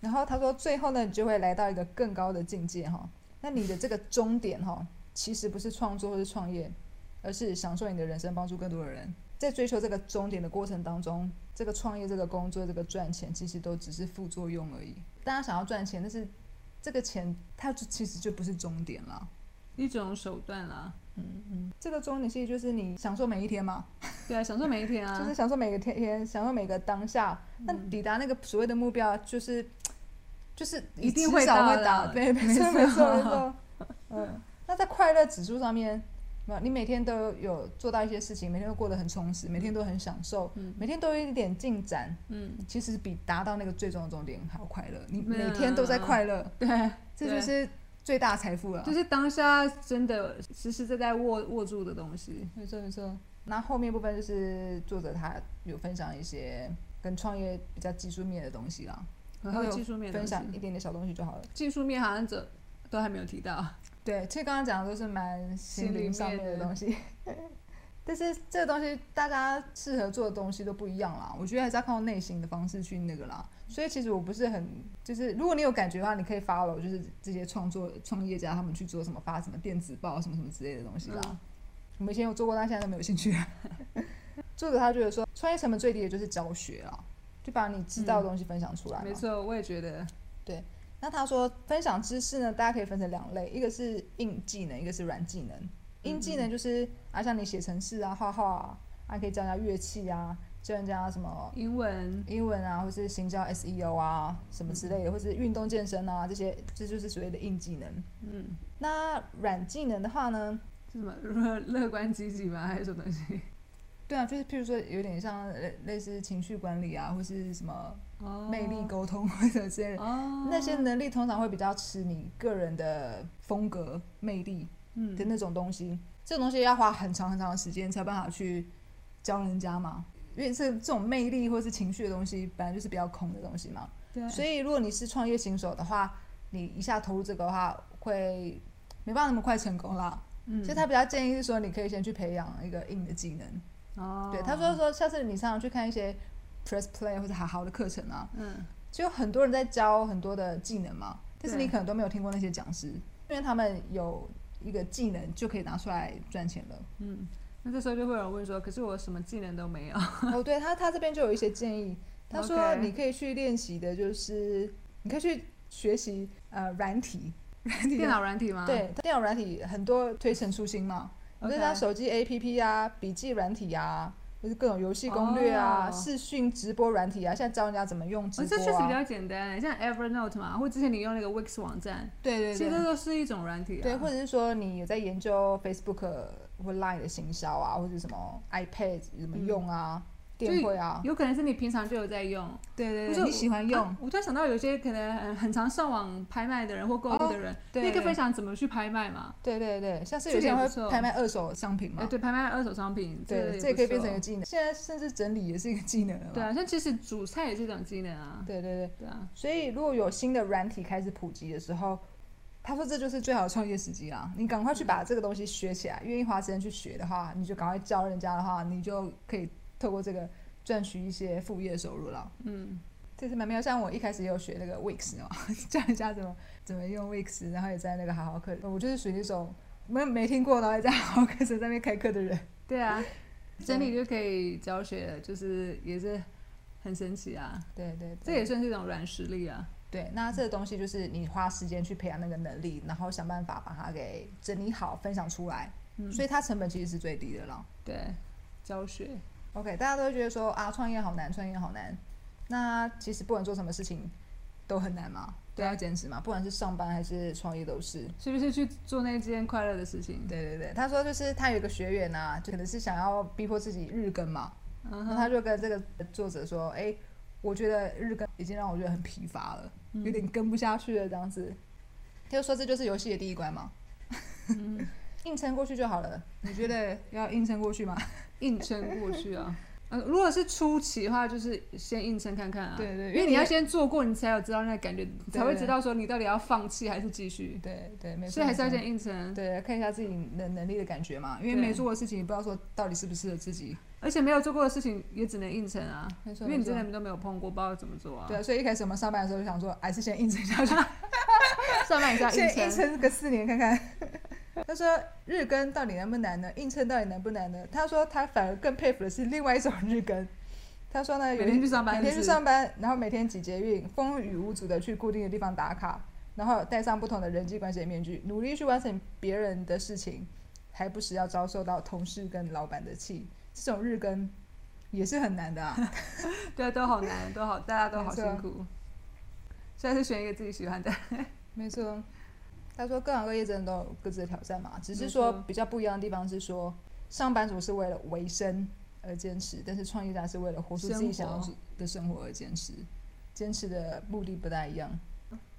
[SPEAKER 1] 然后他说最后呢，你就会来到一个更高的境界哈。那你的这个终点哈，其实不是创作或是创业，而是享受你的人生，帮助更多的人。在追求这个终点的过程当中，这个创业、这个工作、这个赚钱，其实都只是副作用而已。大家想要赚钱，但是这个钱它就其实就不是终点了。
[SPEAKER 2] (laughs) 一种手段啦，
[SPEAKER 1] 嗯嗯，这个终点其实就是你享受每一天嘛，
[SPEAKER 2] 对啊，享受每一天
[SPEAKER 1] (laughs)
[SPEAKER 2] 啊，
[SPEAKER 1] 就是享受每个天天，享受每个当下。那
[SPEAKER 2] 嗯
[SPEAKER 1] 抵达那个所谓的目标，就是就是
[SPEAKER 2] 一定
[SPEAKER 1] 迟
[SPEAKER 2] 会
[SPEAKER 1] 早
[SPEAKER 2] 到
[SPEAKER 1] 会
[SPEAKER 2] 的
[SPEAKER 1] 到，对，没
[SPEAKER 2] 没 (laughs)
[SPEAKER 1] 错没错没
[SPEAKER 2] 错
[SPEAKER 1] 错。嗯，那在快乐指数上面，那你每天都有做到一些事情，每天都过得很充实，每天都很享受，
[SPEAKER 2] 嗯
[SPEAKER 1] 每天都有一点进展，
[SPEAKER 2] 嗯，
[SPEAKER 1] 其实比达到那个最终的终点还要快乐。你
[SPEAKER 2] 对啊
[SPEAKER 1] 每天都在快乐，
[SPEAKER 2] 对，
[SPEAKER 1] 这就是最大财富了。
[SPEAKER 2] 就是当下真的实实在在握握住的东西。
[SPEAKER 1] 没错没错。那后面部分就是作者他有分享一些跟创业比较技术面的东西啦，
[SPEAKER 2] 然后技术面的
[SPEAKER 1] 分
[SPEAKER 2] 东西
[SPEAKER 1] 享一点点小东西就好了。
[SPEAKER 2] 技术面好像这都还没有提到。
[SPEAKER 1] 对，其实刚刚讲的都是蛮心灵上面的东西， (laughs) 但是这个东西大家适合做的东西都不一样啦。我觉得还是要靠内心的方式去那个啦。所以其实我不是很，就是如果你有感觉的话，你可以 follow 就是这些创作创业家他们去做什么发什么电子报什么什么之类的东西啦。
[SPEAKER 2] 嗯
[SPEAKER 1] 我们以前有做过，但现在都没有兴趣了。 (laughs) 作者他觉得说，创业成本最低的就是教学啦，就把你知道的东西分享出来嘛。
[SPEAKER 2] 没错，我也觉得，
[SPEAKER 1] 那他说分享知识呢，大家可以分成两类，一个是硬技能，一个是软技能。硬技能就是啊，像你写程式啊、画画啊，还、可以教人家乐器啊，教人家什么
[SPEAKER 2] 英文
[SPEAKER 1] 英文啊，或是行销 SEO 啊什么之类的，或是运动健身啊这些，这就是所谓的硬技能。
[SPEAKER 2] 嗯
[SPEAKER 1] 那软技能的话呢，
[SPEAKER 2] 是什么乐乐观积极吗？还是什么东西？
[SPEAKER 1] 对啊，就是譬如说有点像类类似情绪管理啊，或是什么 (laughs)
[SPEAKER 2] 哦
[SPEAKER 1] 魅力沟通或者之类的。
[SPEAKER 2] 哦，
[SPEAKER 1] 那些能力通常会比较吃你个人的风格魅力，
[SPEAKER 2] 嗯
[SPEAKER 1] 的那种东西，这种东西要花很长很长的时间才有办法去教人家嘛。因为这这种魅力或是情绪的东西，本来就是比较空的东西嘛。
[SPEAKER 2] 对，
[SPEAKER 1] 所以如果你是创业新手的话，你一下投入这个的话，会没办法那么快成功啦。
[SPEAKER 2] 嗯
[SPEAKER 1] 所以他比较建议是说，你可以先去培养一个硬的技能。
[SPEAKER 2] 哦，
[SPEAKER 1] 对，他说说下次你常常去看一些 Press Play 或者好好的课程啊，
[SPEAKER 2] 嗯
[SPEAKER 1] 就有很多人在教很多的技能嘛，但是
[SPEAKER 2] 对
[SPEAKER 1] 你可能都没有听过那些讲师，因为他们有一个技能就可以拿出来赚钱了。
[SPEAKER 2] (laughs) 嗯，那这时候就会有人问说，可是我什么技能都
[SPEAKER 1] (laughs)
[SPEAKER 2] 没有，
[SPEAKER 1] 哦，对他，他这边就有一些建议，他说
[SPEAKER 2] OK
[SPEAKER 1] 你可以去练习的就是，你可以去学习呃软体，软体的
[SPEAKER 2] 电脑软体吗？
[SPEAKER 1] 对电脑软体很多推陈出新嘛，你在
[SPEAKER 2] OK
[SPEAKER 1] 他手机 APP 啊、笔记软体啊，就是各种游戏攻略啊、
[SPEAKER 2] 哦
[SPEAKER 1] 视讯直播软体啊，现在教人家怎么用直
[SPEAKER 2] 哦，
[SPEAKER 1] 播
[SPEAKER 2] 这确实
[SPEAKER 1] 啊，
[SPEAKER 2] 比较简单，像 Evernote 嘛，或之前你用那个 Wix 网站，
[SPEAKER 1] 对对对，
[SPEAKER 2] 其实这都是一种软体啊。
[SPEAKER 1] 对，或者是说你有在研究 Facebook 或 Line 的行销啊，或者什么 iPad 怎么用啊，电会啊，
[SPEAKER 2] 嗯有可能是你平常就有在用，
[SPEAKER 1] 对对
[SPEAKER 2] 或者
[SPEAKER 1] 呃你喜欢用，
[SPEAKER 2] 啊我突然想到，有些可能很很常上网拍卖的人或购物的人，
[SPEAKER 1] 哦对
[SPEAKER 2] 那个
[SPEAKER 1] 对
[SPEAKER 2] 分享怎么去拍卖嘛？
[SPEAKER 1] 对对对，像是
[SPEAKER 2] 这
[SPEAKER 1] 有些人
[SPEAKER 2] 个也
[SPEAKER 1] 会
[SPEAKER 2] 不错
[SPEAKER 1] 拍卖二手商品
[SPEAKER 2] 哎，
[SPEAKER 1] 嘛，
[SPEAKER 2] 对，拍卖二手商品，
[SPEAKER 1] 哦对，
[SPEAKER 2] 这
[SPEAKER 1] 这也
[SPEAKER 2] 也不
[SPEAKER 1] 可以变
[SPEAKER 2] 错
[SPEAKER 1] 成一个技能。现在甚至整理也是一个技能了嘛，
[SPEAKER 2] 对啊，像其实煮菜也是一种技能啊，
[SPEAKER 1] 对对对，
[SPEAKER 2] 对啊，
[SPEAKER 1] 所以如果有新的软体开始普及的时候。他说：“这就是最好的创业时机啦！你赶快去
[SPEAKER 2] 嗯
[SPEAKER 1] 把这个东西学起来，愿意花时间去学的话，你就赶快教人家的话，你就可以透过这个赚取一些副业收入了。”
[SPEAKER 2] 嗯，
[SPEAKER 1] 这次蛮没有，像我一开始也有学那个 Wix 哦， (laughs) 教人家怎么怎么用 Wix，然后也在那个好好课，我就是属于那种没没听过，然后也在好好课程上面开课的人。
[SPEAKER 2] 对
[SPEAKER 1] (laughs)
[SPEAKER 2] 啊，整理就可以教学了，就是也是很神奇啊，
[SPEAKER 1] 对对，
[SPEAKER 2] 这也算是一种软实力啊，
[SPEAKER 1] 对。那这个东西就是你花时间去培养那个能力，然后想办法把它给整理好，分享出来，
[SPEAKER 2] 嗯
[SPEAKER 1] 所以它成本其实是最低的啦。
[SPEAKER 2] 对，教学，
[SPEAKER 1] OK，大家都会觉得说啊，创业好难，创业好难。那其实不管做什么事情都很难嘛，都要坚持嘛，不管是上班还是创业都是。
[SPEAKER 2] 是不是去做那件快乐的事情？
[SPEAKER 1] 对对对，他说就是他有一个学员啊，就可能是想要逼迫自己日更嘛，
[SPEAKER 2] 嗯
[SPEAKER 1] 然后
[SPEAKER 2] 哼，
[SPEAKER 1] (laughs) 他就跟这个作者说，哎、我觉得日更已经让我觉得很疲乏了，
[SPEAKER 2] 嗯
[SPEAKER 1] 有点跟不下去了这样子。他就说这就是游戏的第一关嘛，
[SPEAKER 2] 嗯
[SPEAKER 1] 硬撑过去就好了。你觉得要硬撑过
[SPEAKER 2] (laughs)
[SPEAKER 1] 去吗？
[SPEAKER 2] 硬撑过去啊。 (laughs) 呃，如果是初期的话，就是先硬撑看看啊。
[SPEAKER 1] 对对
[SPEAKER 2] 因为你要先做过，你才有知道那个感觉，
[SPEAKER 1] 对
[SPEAKER 2] 才会知道说你到底要放弃还是继续。
[SPEAKER 1] 对对，没错，
[SPEAKER 2] 所以还是要
[SPEAKER 1] 没错
[SPEAKER 2] 先硬啊撑。
[SPEAKER 1] 对看一下自己的能力的感觉嘛，因为
[SPEAKER 2] 对
[SPEAKER 1] 没做过的事情，你不知道说到底适不适合自己。
[SPEAKER 2] 而且没有做过的事情也只能硬撑啊，
[SPEAKER 1] 没错
[SPEAKER 2] 因为你
[SPEAKER 1] 没错
[SPEAKER 2] 真的都没有碰过，不知道怎么做啊。
[SPEAKER 1] 对，啊，所以一开始我们上班的时候就想说，还是先硬撑下去。
[SPEAKER 2] 上班也是要
[SPEAKER 1] 现在
[SPEAKER 2] 硬
[SPEAKER 1] 硬
[SPEAKER 2] 撑。
[SPEAKER 1] 撑个四年看看。他说日更到底难不难呢？硬撑到底难不难呢？他说他反而更佩服的是另外一种日更。他说呢，有一
[SPEAKER 2] 每天去上班
[SPEAKER 1] 每天
[SPEAKER 2] 是
[SPEAKER 1] 去上班，然后每天挤捷运，风雨无阻的去固定的地方打卡，然后戴上不同的人际关系的面具，努力去完成别人的事情，还不时要遭受到同事跟老板的气。这种日更也是很难的啊。
[SPEAKER 2] (laughs) 对，都好难，都好，大家都好
[SPEAKER 1] 没错
[SPEAKER 2] 辛苦。所以还是选一个自己喜欢的。
[SPEAKER 1] 没错，他说各行各业真的都有各自的挑战嘛，只是
[SPEAKER 2] 没
[SPEAKER 1] 说
[SPEAKER 2] 错
[SPEAKER 1] 比较不一样的地方是说，上班族是为了维生而坚持，但是创业家是为了活出自己
[SPEAKER 2] 生
[SPEAKER 1] 想
[SPEAKER 2] 活
[SPEAKER 1] 要的生活而坚持，坚持的目的不大一样。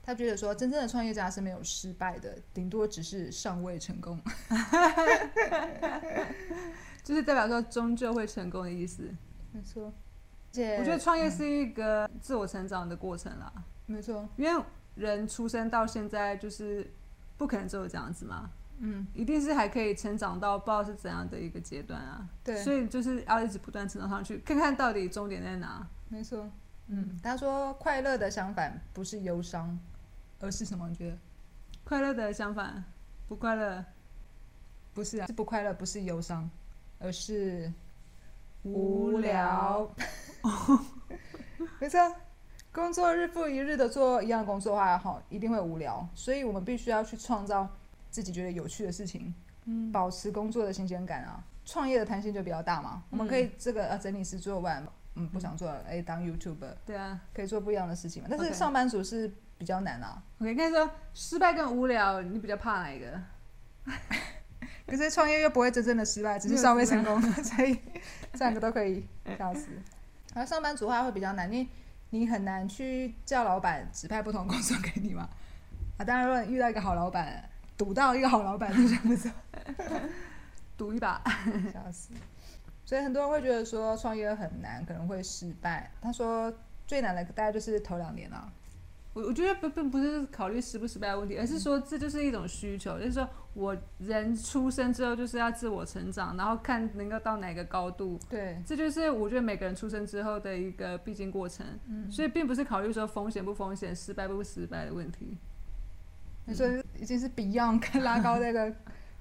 [SPEAKER 1] 他觉得说，真正的创业家是没有失败的，顶多只是尚未成功。
[SPEAKER 2] (laughs)
[SPEAKER 1] (laughs)
[SPEAKER 2] 就是代表说终究会成功的意思。
[SPEAKER 1] 没错，而且
[SPEAKER 2] 我觉得创
[SPEAKER 1] 嗯
[SPEAKER 2] 业是一个自我成长的过程啊啦，
[SPEAKER 1] 没错，
[SPEAKER 2] 因为人出生到现在就是不可能只有这样子嘛，
[SPEAKER 1] 嗯，
[SPEAKER 2] 一定是还可以成长到不知道是怎样的一个阶段啊。
[SPEAKER 1] 对
[SPEAKER 2] 所以就是要一直不断成长上去，看看到底终点在哪。
[SPEAKER 1] 没错，嗯，他说快乐的相反不是忧伤，而是什么？你觉得？
[SPEAKER 2] 快乐的相反，不快乐
[SPEAKER 1] 不是啊，是不快乐，不是忧伤，而是
[SPEAKER 2] 无聊。
[SPEAKER 1] (laughs) 没错，工作日复一日的做一样的工作的话，哈，一定会无聊，所以我们必须要去创造自己觉得有趣的事情，
[SPEAKER 2] 嗯，
[SPEAKER 1] 保持工作的新鲜感啊。创业的弹性就比较大嘛，
[SPEAKER 2] 嗯
[SPEAKER 1] 我们可以这个呃整理师做完，嗯，不想做了，哎，当 YouTuber
[SPEAKER 2] 对啊。
[SPEAKER 1] 可以做不一样的事情嘛。但是
[SPEAKER 2] OK
[SPEAKER 1] 上班族是比较难啊，
[SPEAKER 2] 我应该说失败跟无聊，你比较怕哪一个？
[SPEAKER 1] 可是创业又不会真正的失败，只是稍微成功， (laughs) 所以这两个都可以笑死。然后上班族的话会比较难，因为你很难去叫老板指派不同工作给你嘛。啊， (laughs) 当然，如果你遇到一个好老板，赌到一个好老板，这样子，
[SPEAKER 2] 赌一把。
[SPEAKER 1] 笑死。所以很多人会觉得说创业很难，可能会失败。他说最难的大概就是头两年啦、
[SPEAKER 2] 我我觉得不并不是考虑失不失败的问题，而是说这就是一种需求，就是说我人出生之后就是要自我成长，然后看能够到哪个高度，
[SPEAKER 1] 对，
[SPEAKER 2] 这就是我觉得每个人出生之后的一个必经过程。
[SPEAKER 1] 嗯，
[SPEAKER 2] 所以并不是考虑说风险不风险、失败不失败的问题，
[SPEAKER 1] 你说已经是 Beyond 跟 (laughs) 拉高那个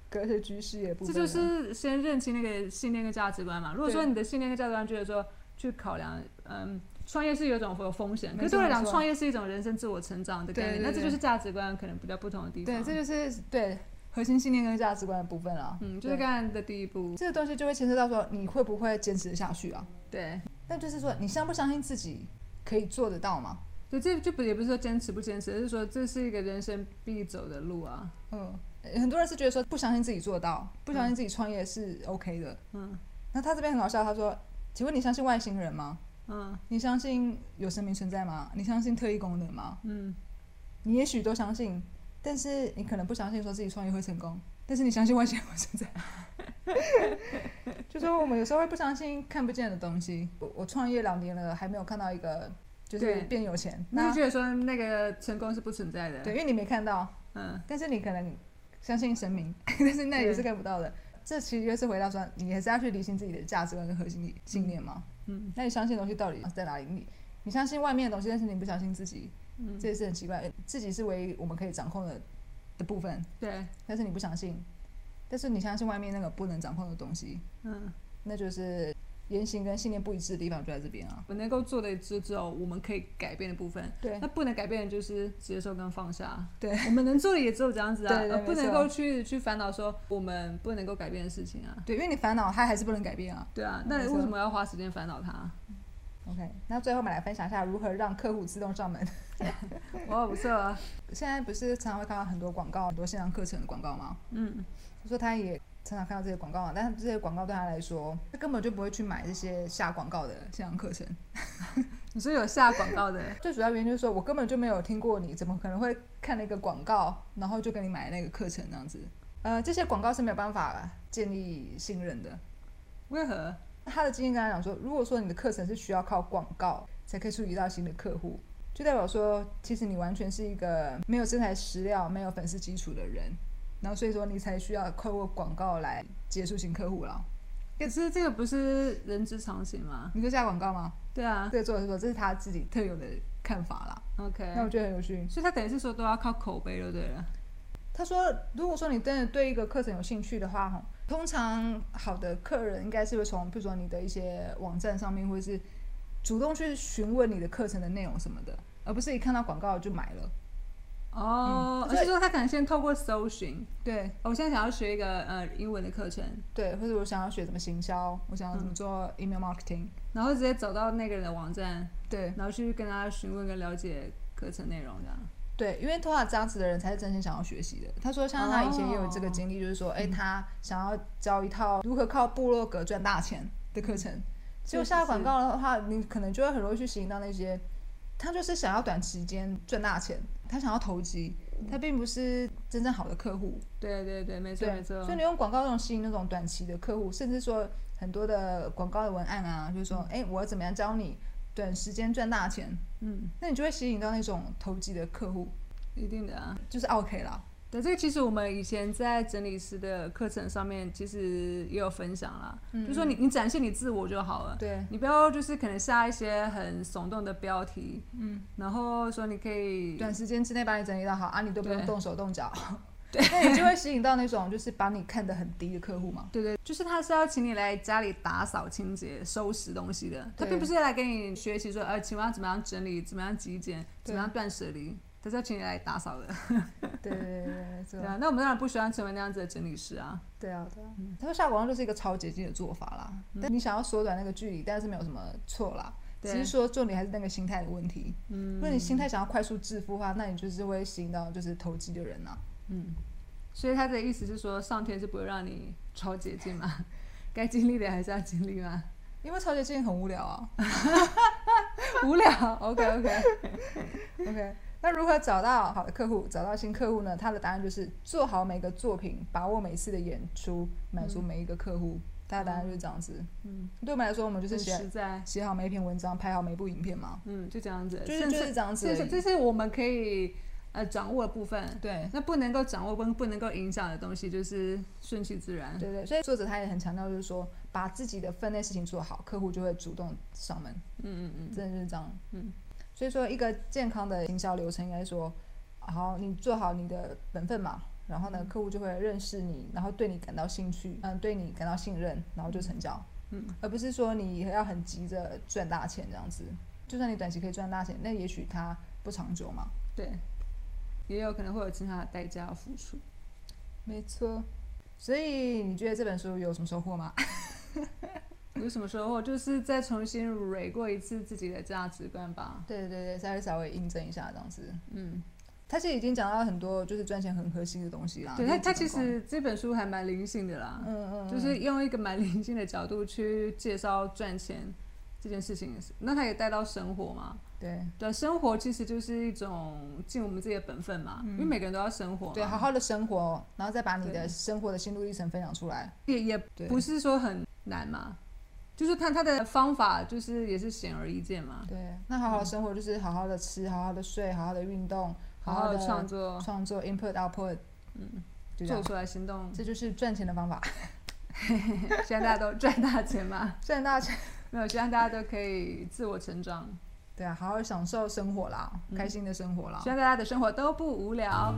[SPEAKER 1] 格式居视野部
[SPEAKER 2] 这
[SPEAKER 1] 分
[SPEAKER 2] 就
[SPEAKER 1] 了，
[SPEAKER 2] 是先认清那个信念跟价值观嘛。如果说
[SPEAKER 1] 啊对
[SPEAKER 2] 你的信念跟价值观觉得说去考量，嗯，创业是有一种有风险，
[SPEAKER 1] 没
[SPEAKER 2] 可是对我来
[SPEAKER 1] 错
[SPEAKER 2] 讲，
[SPEAKER 1] 没错
[SPEAKER 2] 创业是一种人生自我成长的概念，
[SPEAKER 1] 对对
[SPEAKER 2] 那这就
[SPEAKER 1] 对
[SPEAKER 2] 是价值观可能比较不同的地
[SPEAKER 1] 对，
[SPEAKER 2] 方。
[SPEAKER 1] 这就是对核心信念跟价值观的部分了。
[SPEAKER 2] 嗯，就是
[SPEAKER 1] 对
[SPEAKER 2] 刚才的第一步，
[SPEAKER 1] 这个东西就会牵涉到说你会不会坚持得下去啊？
[SPEAKER 2] 对，
[SPEAKER 1] 但就是说你相不相信自己可以做得到嘛？
[SPEAKER 2] 就这就不也不是说坚持不坚持，而是说这是一个人生必走的路啊。
[SPEAKER 1] 嗯，很多人是觉得说不相信自己做到，不相信自己创业是 OK 的。
[SPEAKER 2] 嗯
[SPEAKER 1] 那他这边很好笑，他说：“请问你相信外星人吗？
[SPEAKER 2] 嗯
[SPEAKER 1] 你相信有神明存在吗？你相信特异功能吗？
[SPEAKER 2] 嗯，
[SPEAKER 1] 你也许都相信，但是你可能不相信说自己创业会成功，但是你相信外星人会存在。 (laughs) 就说我们有时候会不相信看不见的东西。我我创业两年了，还没有看到一个就是
[SPEAKER 2] 对
[SPEAKER 1] 变有钱，
[SPEAKER 2] 你就
[SPEAKER 1] 那
[SPEAKER 2] 觉得说那个成功是不存在的。
[SPEAKER 1] 对，因为你没看到，
[SPEAKER 2] 嗯，
[SPEAKER 1] 但是你可能相信神明， (laughs) 但是那也是
[SPEAKER 2] 对
[SPEAKER 1] 看不到的。这其实就是回到说，你还是要去理清自己的价值观跟核心理信念嘛。
[SPEAKER 2] 嗯
[SPEAKER 1] 那你相信的东西到底在哪里？你你相信外面的东西，但是你不相信自己，
[SPEAKER 2] 嗯，
[SPEAKER 1] 这也是很奇怪。自己是唯一我们可以掌控的的部分，
[SPEAKER 2] 对，
[SPEAKER 1] 但是你不相信，但是你相信外面那个不能掌控的东西，
[SPEAKER 2] 嗯，
[SPEAKER 1] 那就是言行跟信念不一致的地方就在这边啊。
[SPEAKER 2] 我能够做的就只有我们可以改变的部分。
[SPEAKER 1] 对
[SPEAKER 2] 那不能改变的就是接受跟放下。
[SPEAKER 1] 对，
[SPEAKER 2] 我们能做的也只有这样子啊，
[SPEAKER 1] 对对
[SPEAKER 2] 而
[SPEAKER 1] 没
[SPEAKER 2] 不能
[SPEAKER 1] 错
[SPEAKER 2] 够去去烦恼说我们不能够改变的事情啊。
[SPEAKER 1] 对，因为你烦恼，它还是不能改变啊。
[SPEAKER 2] 对啊，
[SPEAKER 1] 嗯
[SPEAKER 2] 那
[SPEAKER 1] 没错
[SPEAKER 2] 为什么要花时间烦恼它？
[SPEAKER 1] OK，那最后我们来分享一下如何让客户自动上门。 (laughs)
[SPEAKER 2] 哇，不错啊，
[SPEAKER 1] 现在不是常常会看到很多广告，很多线上课程的广告吗？
[SPEAKER 2] 嗯，
[SPEAKER 1] 他说他也常常看到这些广告啊，但是这些广告对他来说，他根本就不会去买这些下广告的线上课程。
[SPEAKER 2] 你说有下广告的，
[SPEAKER 1] 最主要原因就是说我根本就没有听过你，怎么可能会看了一个广告，然后就跟你买那个课程那样子？呃，这些广告是没有办法建立信任的。
[SPEAKER 2] 为何？
[SPEAKER 1] 他的经验跟他讲说，如果说你的课程是需要靠广告才可以触及到新的客户，就代表说，其实你完全是一个没有真材实料、没有粉丝基础的人，然后所以说你才需要透过广告来接触新客户啦。
[SPEAKER 2] 可是这个不是人之常情吗？
[SPEAKER 1] 你说下广告吗？
[SPEAKER 2] 对啊
[SPEAKER 1] 这个作者说这是他自己特有的看法啦，那我
[SPEAKER 2] ，OK，
[SPEAKER 1] 觉得很有趣。
[SPEAKER 2] 所以他等于是说都要靠口碑就对了。
[SPEAKER 1] 他说，如果说你真的对一个课程有兴趣的话，哈，通常好的客人应该是会从，比如说你的一些网站上面，或者是主动去询问你的课程的内容什么的，而不是一看到广告就买了。
[SPEAKER 2] 哦
[SPEAKER 1] 嗯，
[SPEAKER 2] 而是说他可能先透过搜寻，
[SPEAKER 1] 对
[SPEAKER 2] 哦我现在想要学一个呃英文的课程，
[SPEAKER 1] 对，或者我想要学怎么行销，我想要怎么做 email marketing，、
[SPEAKER 2] 然后直接走到那个人的网站，
[SPEAKER 1] 对
[SPEAKER 2] 然后去跟他询问跟了解课程内容这样。
[SPEAKER 1] 对，因为头发这样子的人才是真心想要学习的。他说，像他以前也有这
[SPEAKER 2] 哦
[SPEAKER 1] 个经历，就是说，
[SPEAKER 2] 嗯
[SPEAKER 1] 哎、他想要教一套如何靠部落格赚大钱的课程。结果
[SPEAKER 2] 是
[SPEAKER 1] 下
[SPEAKER 2] 是
[SPEAKER 1] 广告的话，你可能就会很容易去吸引到那些，他就是想要短时间赚大钱，他想要投机，
[SPEAKER 2] 嗯
[SPEAKER 1] 他并不是真正好的客户。
[SPEAKER 2] 对对对，没错
[SPEAKER 1] 对
[SPEAKER 2] 没错
[SPEAKER 1] 所以。你用广告那种吸引那种短期的客户，甚至说很多的广告的文案啊，就是说，哎、我怎么样教你短时间赚大钱，
[SPEAKER 2] 嗯，
[SPEAKER 1] 那你就会吸引到那种投机的客户，
[SPEAKER 2] 一定的啊。
[SPEAKER 1] 就是 OK 啦。
[SPEAKER 2] 对，这个其实我们以前在整理师的课程上面，其实也有分享啦，
[SPEAKER 1] 嗯
[SPEAKER 2] 就说你你展现你自我就好了。
[SPEAKER 1] 对，
[SPEAKER 2] 你不要就是可能下一些很耸动的标题，
[SPEAKER 1] 嗯，
[SPEAKER 2] 然后说你可以
[SPEAKER 1] 短时间之内把你整理到好啊，你都不用
[SPEAKER 2] 对
[SPEAKER 1] 动手动脚，对， (laughs) 那你就会吸引到那种就是把你看得很低的客户
[SPEAKER 2] (laughs)
[SPEAKER 1] 嘛。
[SPEAKER 2] 对对，就是他是要请你来家里打扫、清洁、收拾东西的，他
[SPEAKER 1] 对
[SPEAKER 2] 并不是来跟你学习说，呃，请问要怎么样整理、怎么样极简、
[SPEAKER 1] 对
[SPEAKER 2] 怎么样断舍离，他是要请你来打扫的。
[SPEAKER 1] 对对对对对
[SPEAKER 2] 对
[SPEAKER 1] 对，
[SPEAKER 2] 啊，那我们当然不喜欢成为那样子的整理师啊。
[SPEAKER 1] 对啊对啊。他说下广告就是一个超捷径的做法啦，但你想要缩短那个距离，但是没有什么错啦。只
[SPEAKER 2] 嗯
[SPEAKER 1] 是
[SPEAKER 2] 对
[SPEAKER 1] 说重点还是那个心态的问题。
[SPEAKER 2] 嗯
[SPEAKER 1] 如果你心态想要快速致富的话，那你就是会吸引到就是投机的人呐、啊
[SPEAKER 2] 嗯，所以他的意思是说，上天是不会让你超捷径嘛， (laughs) 该经历的还是要经
[SPEAKER 1] (laughs)
[SPEAKER 2] 历嘛。
[SPEAKER 1] 因为超捷径很无聊啊。
[SPEAKER 2] 无聊，OK
[SPEAKER 1] (laughs)
[SPEAKER 2] OK，
[SPEAKER 1] OK，那如何找到好的客户，找到新客户呢？他的答案就是做好每个作品，把握每次的演出，满足每一个客户。他的答案就是这样子。
[SPEAKER 2] 嗯，
[SPEAKER 1] 对我们来说，我们就是
[SPEAKER 2] 很
[SPEAKER 1] 写
[SPEAKER 2] 实在，
[SPEAKER 1] 写好每一篇文章，拍好每一部影片嘛，
[SPEAKER 2] 嗯，就这样子，
[SPEAKER 1] 就是
[SPEAKER 2] 甚
[SPEAKER 1] 就
[SPEAKER 2] 至
[SPEAKER 1] 是这样子而
[SPEAKER 2] 这
[SPEAKER 1] 已。
[SPEAKER 2] 是这是我们可以呃掌握的部分。
[SPEAKER 1] 对
[SPEAKER 2] 那不能够掌握跟不能够影响的东西，就是顺其自然。
[SPEAKER 1] 对对，所以作者他也很强调，就是说把自己的分内事情做好，客户就会主动上门。
[SPEAKER 2] 嗯嗯嗯，
[SPEAKER 1] 真的就是这样。
[SPEAKER 2] 嗯，
[SPEAKER 1] 所以说一个健康的营销流程应该说，好，你做好你的本分嘛，然后
[SPEAKER 2] 嗯
[SPEAKER 1] 呢，客户就会认识你，然后对你感到兴趣，嗯，对你感到信任，然后就成交。
[SPEAKER 2] 嗯，
[SPEAKER 1] 而不是说你要很急着赚大钱这样子。就算你短期可以赚大钱，那也许它不长久嘛。
[SPEAKER 2] 对，也有可能会有其他的代价要付出。
[SPEAKER 1] 没错。所以你觉得这本书有什么收获吗？ (laughs)
[SPEAKER 2] 有什么收获？就是再重新蕊过一次自己的价值观吧。
[SPEAKER 1] 对对对，稍微稍微印证一下这样子。
[SPEAKER 2] 嗯，
[SPEAKER 1] 他其实已经讲到很多就是赚钱很核心的东西啦。
[SPEAKER 2] 对他，
[SPEAKER 1] 例如
[SPEAKER 2] 他
[SPEAKER 1] 基
[SPEAKER 2] 其
[SPEAKER 1] 本功
[SPEAKER 2] 实这本书还蛮灵性的啦，
[SPEAKER 1] 嗯嗯嗯，
[SPEAKER 2] 就是用一个蛮灵性的角度去介绍赚钱这件事情。那他也带到生活嘛？
[SPEAKER 1] 对。
[SPEAKER 2] 对，生活其实就是一种尽我们自己的本分嘛，因为每个人都要生活嘛。
[SPEAKER 1] 嗯对，好好的生活，然后再把你的
[SPEAKER 2] 对
[SPEAKER 1] 生活的心路历程分享出来。
[SPEAKER 2] 也也
[SPEAKER 1] 对
[SPEAKER 2] 不是说很难嘛，就是看他的方法，就是也是显而易见嘛。
[SPEAKER 1] 对，那好好的生活就是好好的吃，好好的睡，好好的运动，
[SPEAKER 2] 好
[SPEAKER 1] 好
[SPEAKER 2] 好
[SPEAKER 1] 的
[SPEAKER 2] 的创作，
[SPEAKER 1] 创作 input output，
[SPEAKER 2] 嗯，
[SPEAKER 1] 就这
[SPEAKER 2] 做
[SPEAKER 1] 样，
[SPEAKER 2] 出来行动，
[SPEAKER 1] 这就是赚钱的方法。
[SPEAKER 2] 希望大家都 (laughs) 赚大钱嘛。
[SPEAKER 1] 赚大钱，
[SPEAKER 2] 没有，希望大家都可以自我成长，嗯
[SPEAKER 1] 对啊，好好享受生活啦，开心的生活啦。
[SPEAKER 2] 希望大家的生活都不无聊。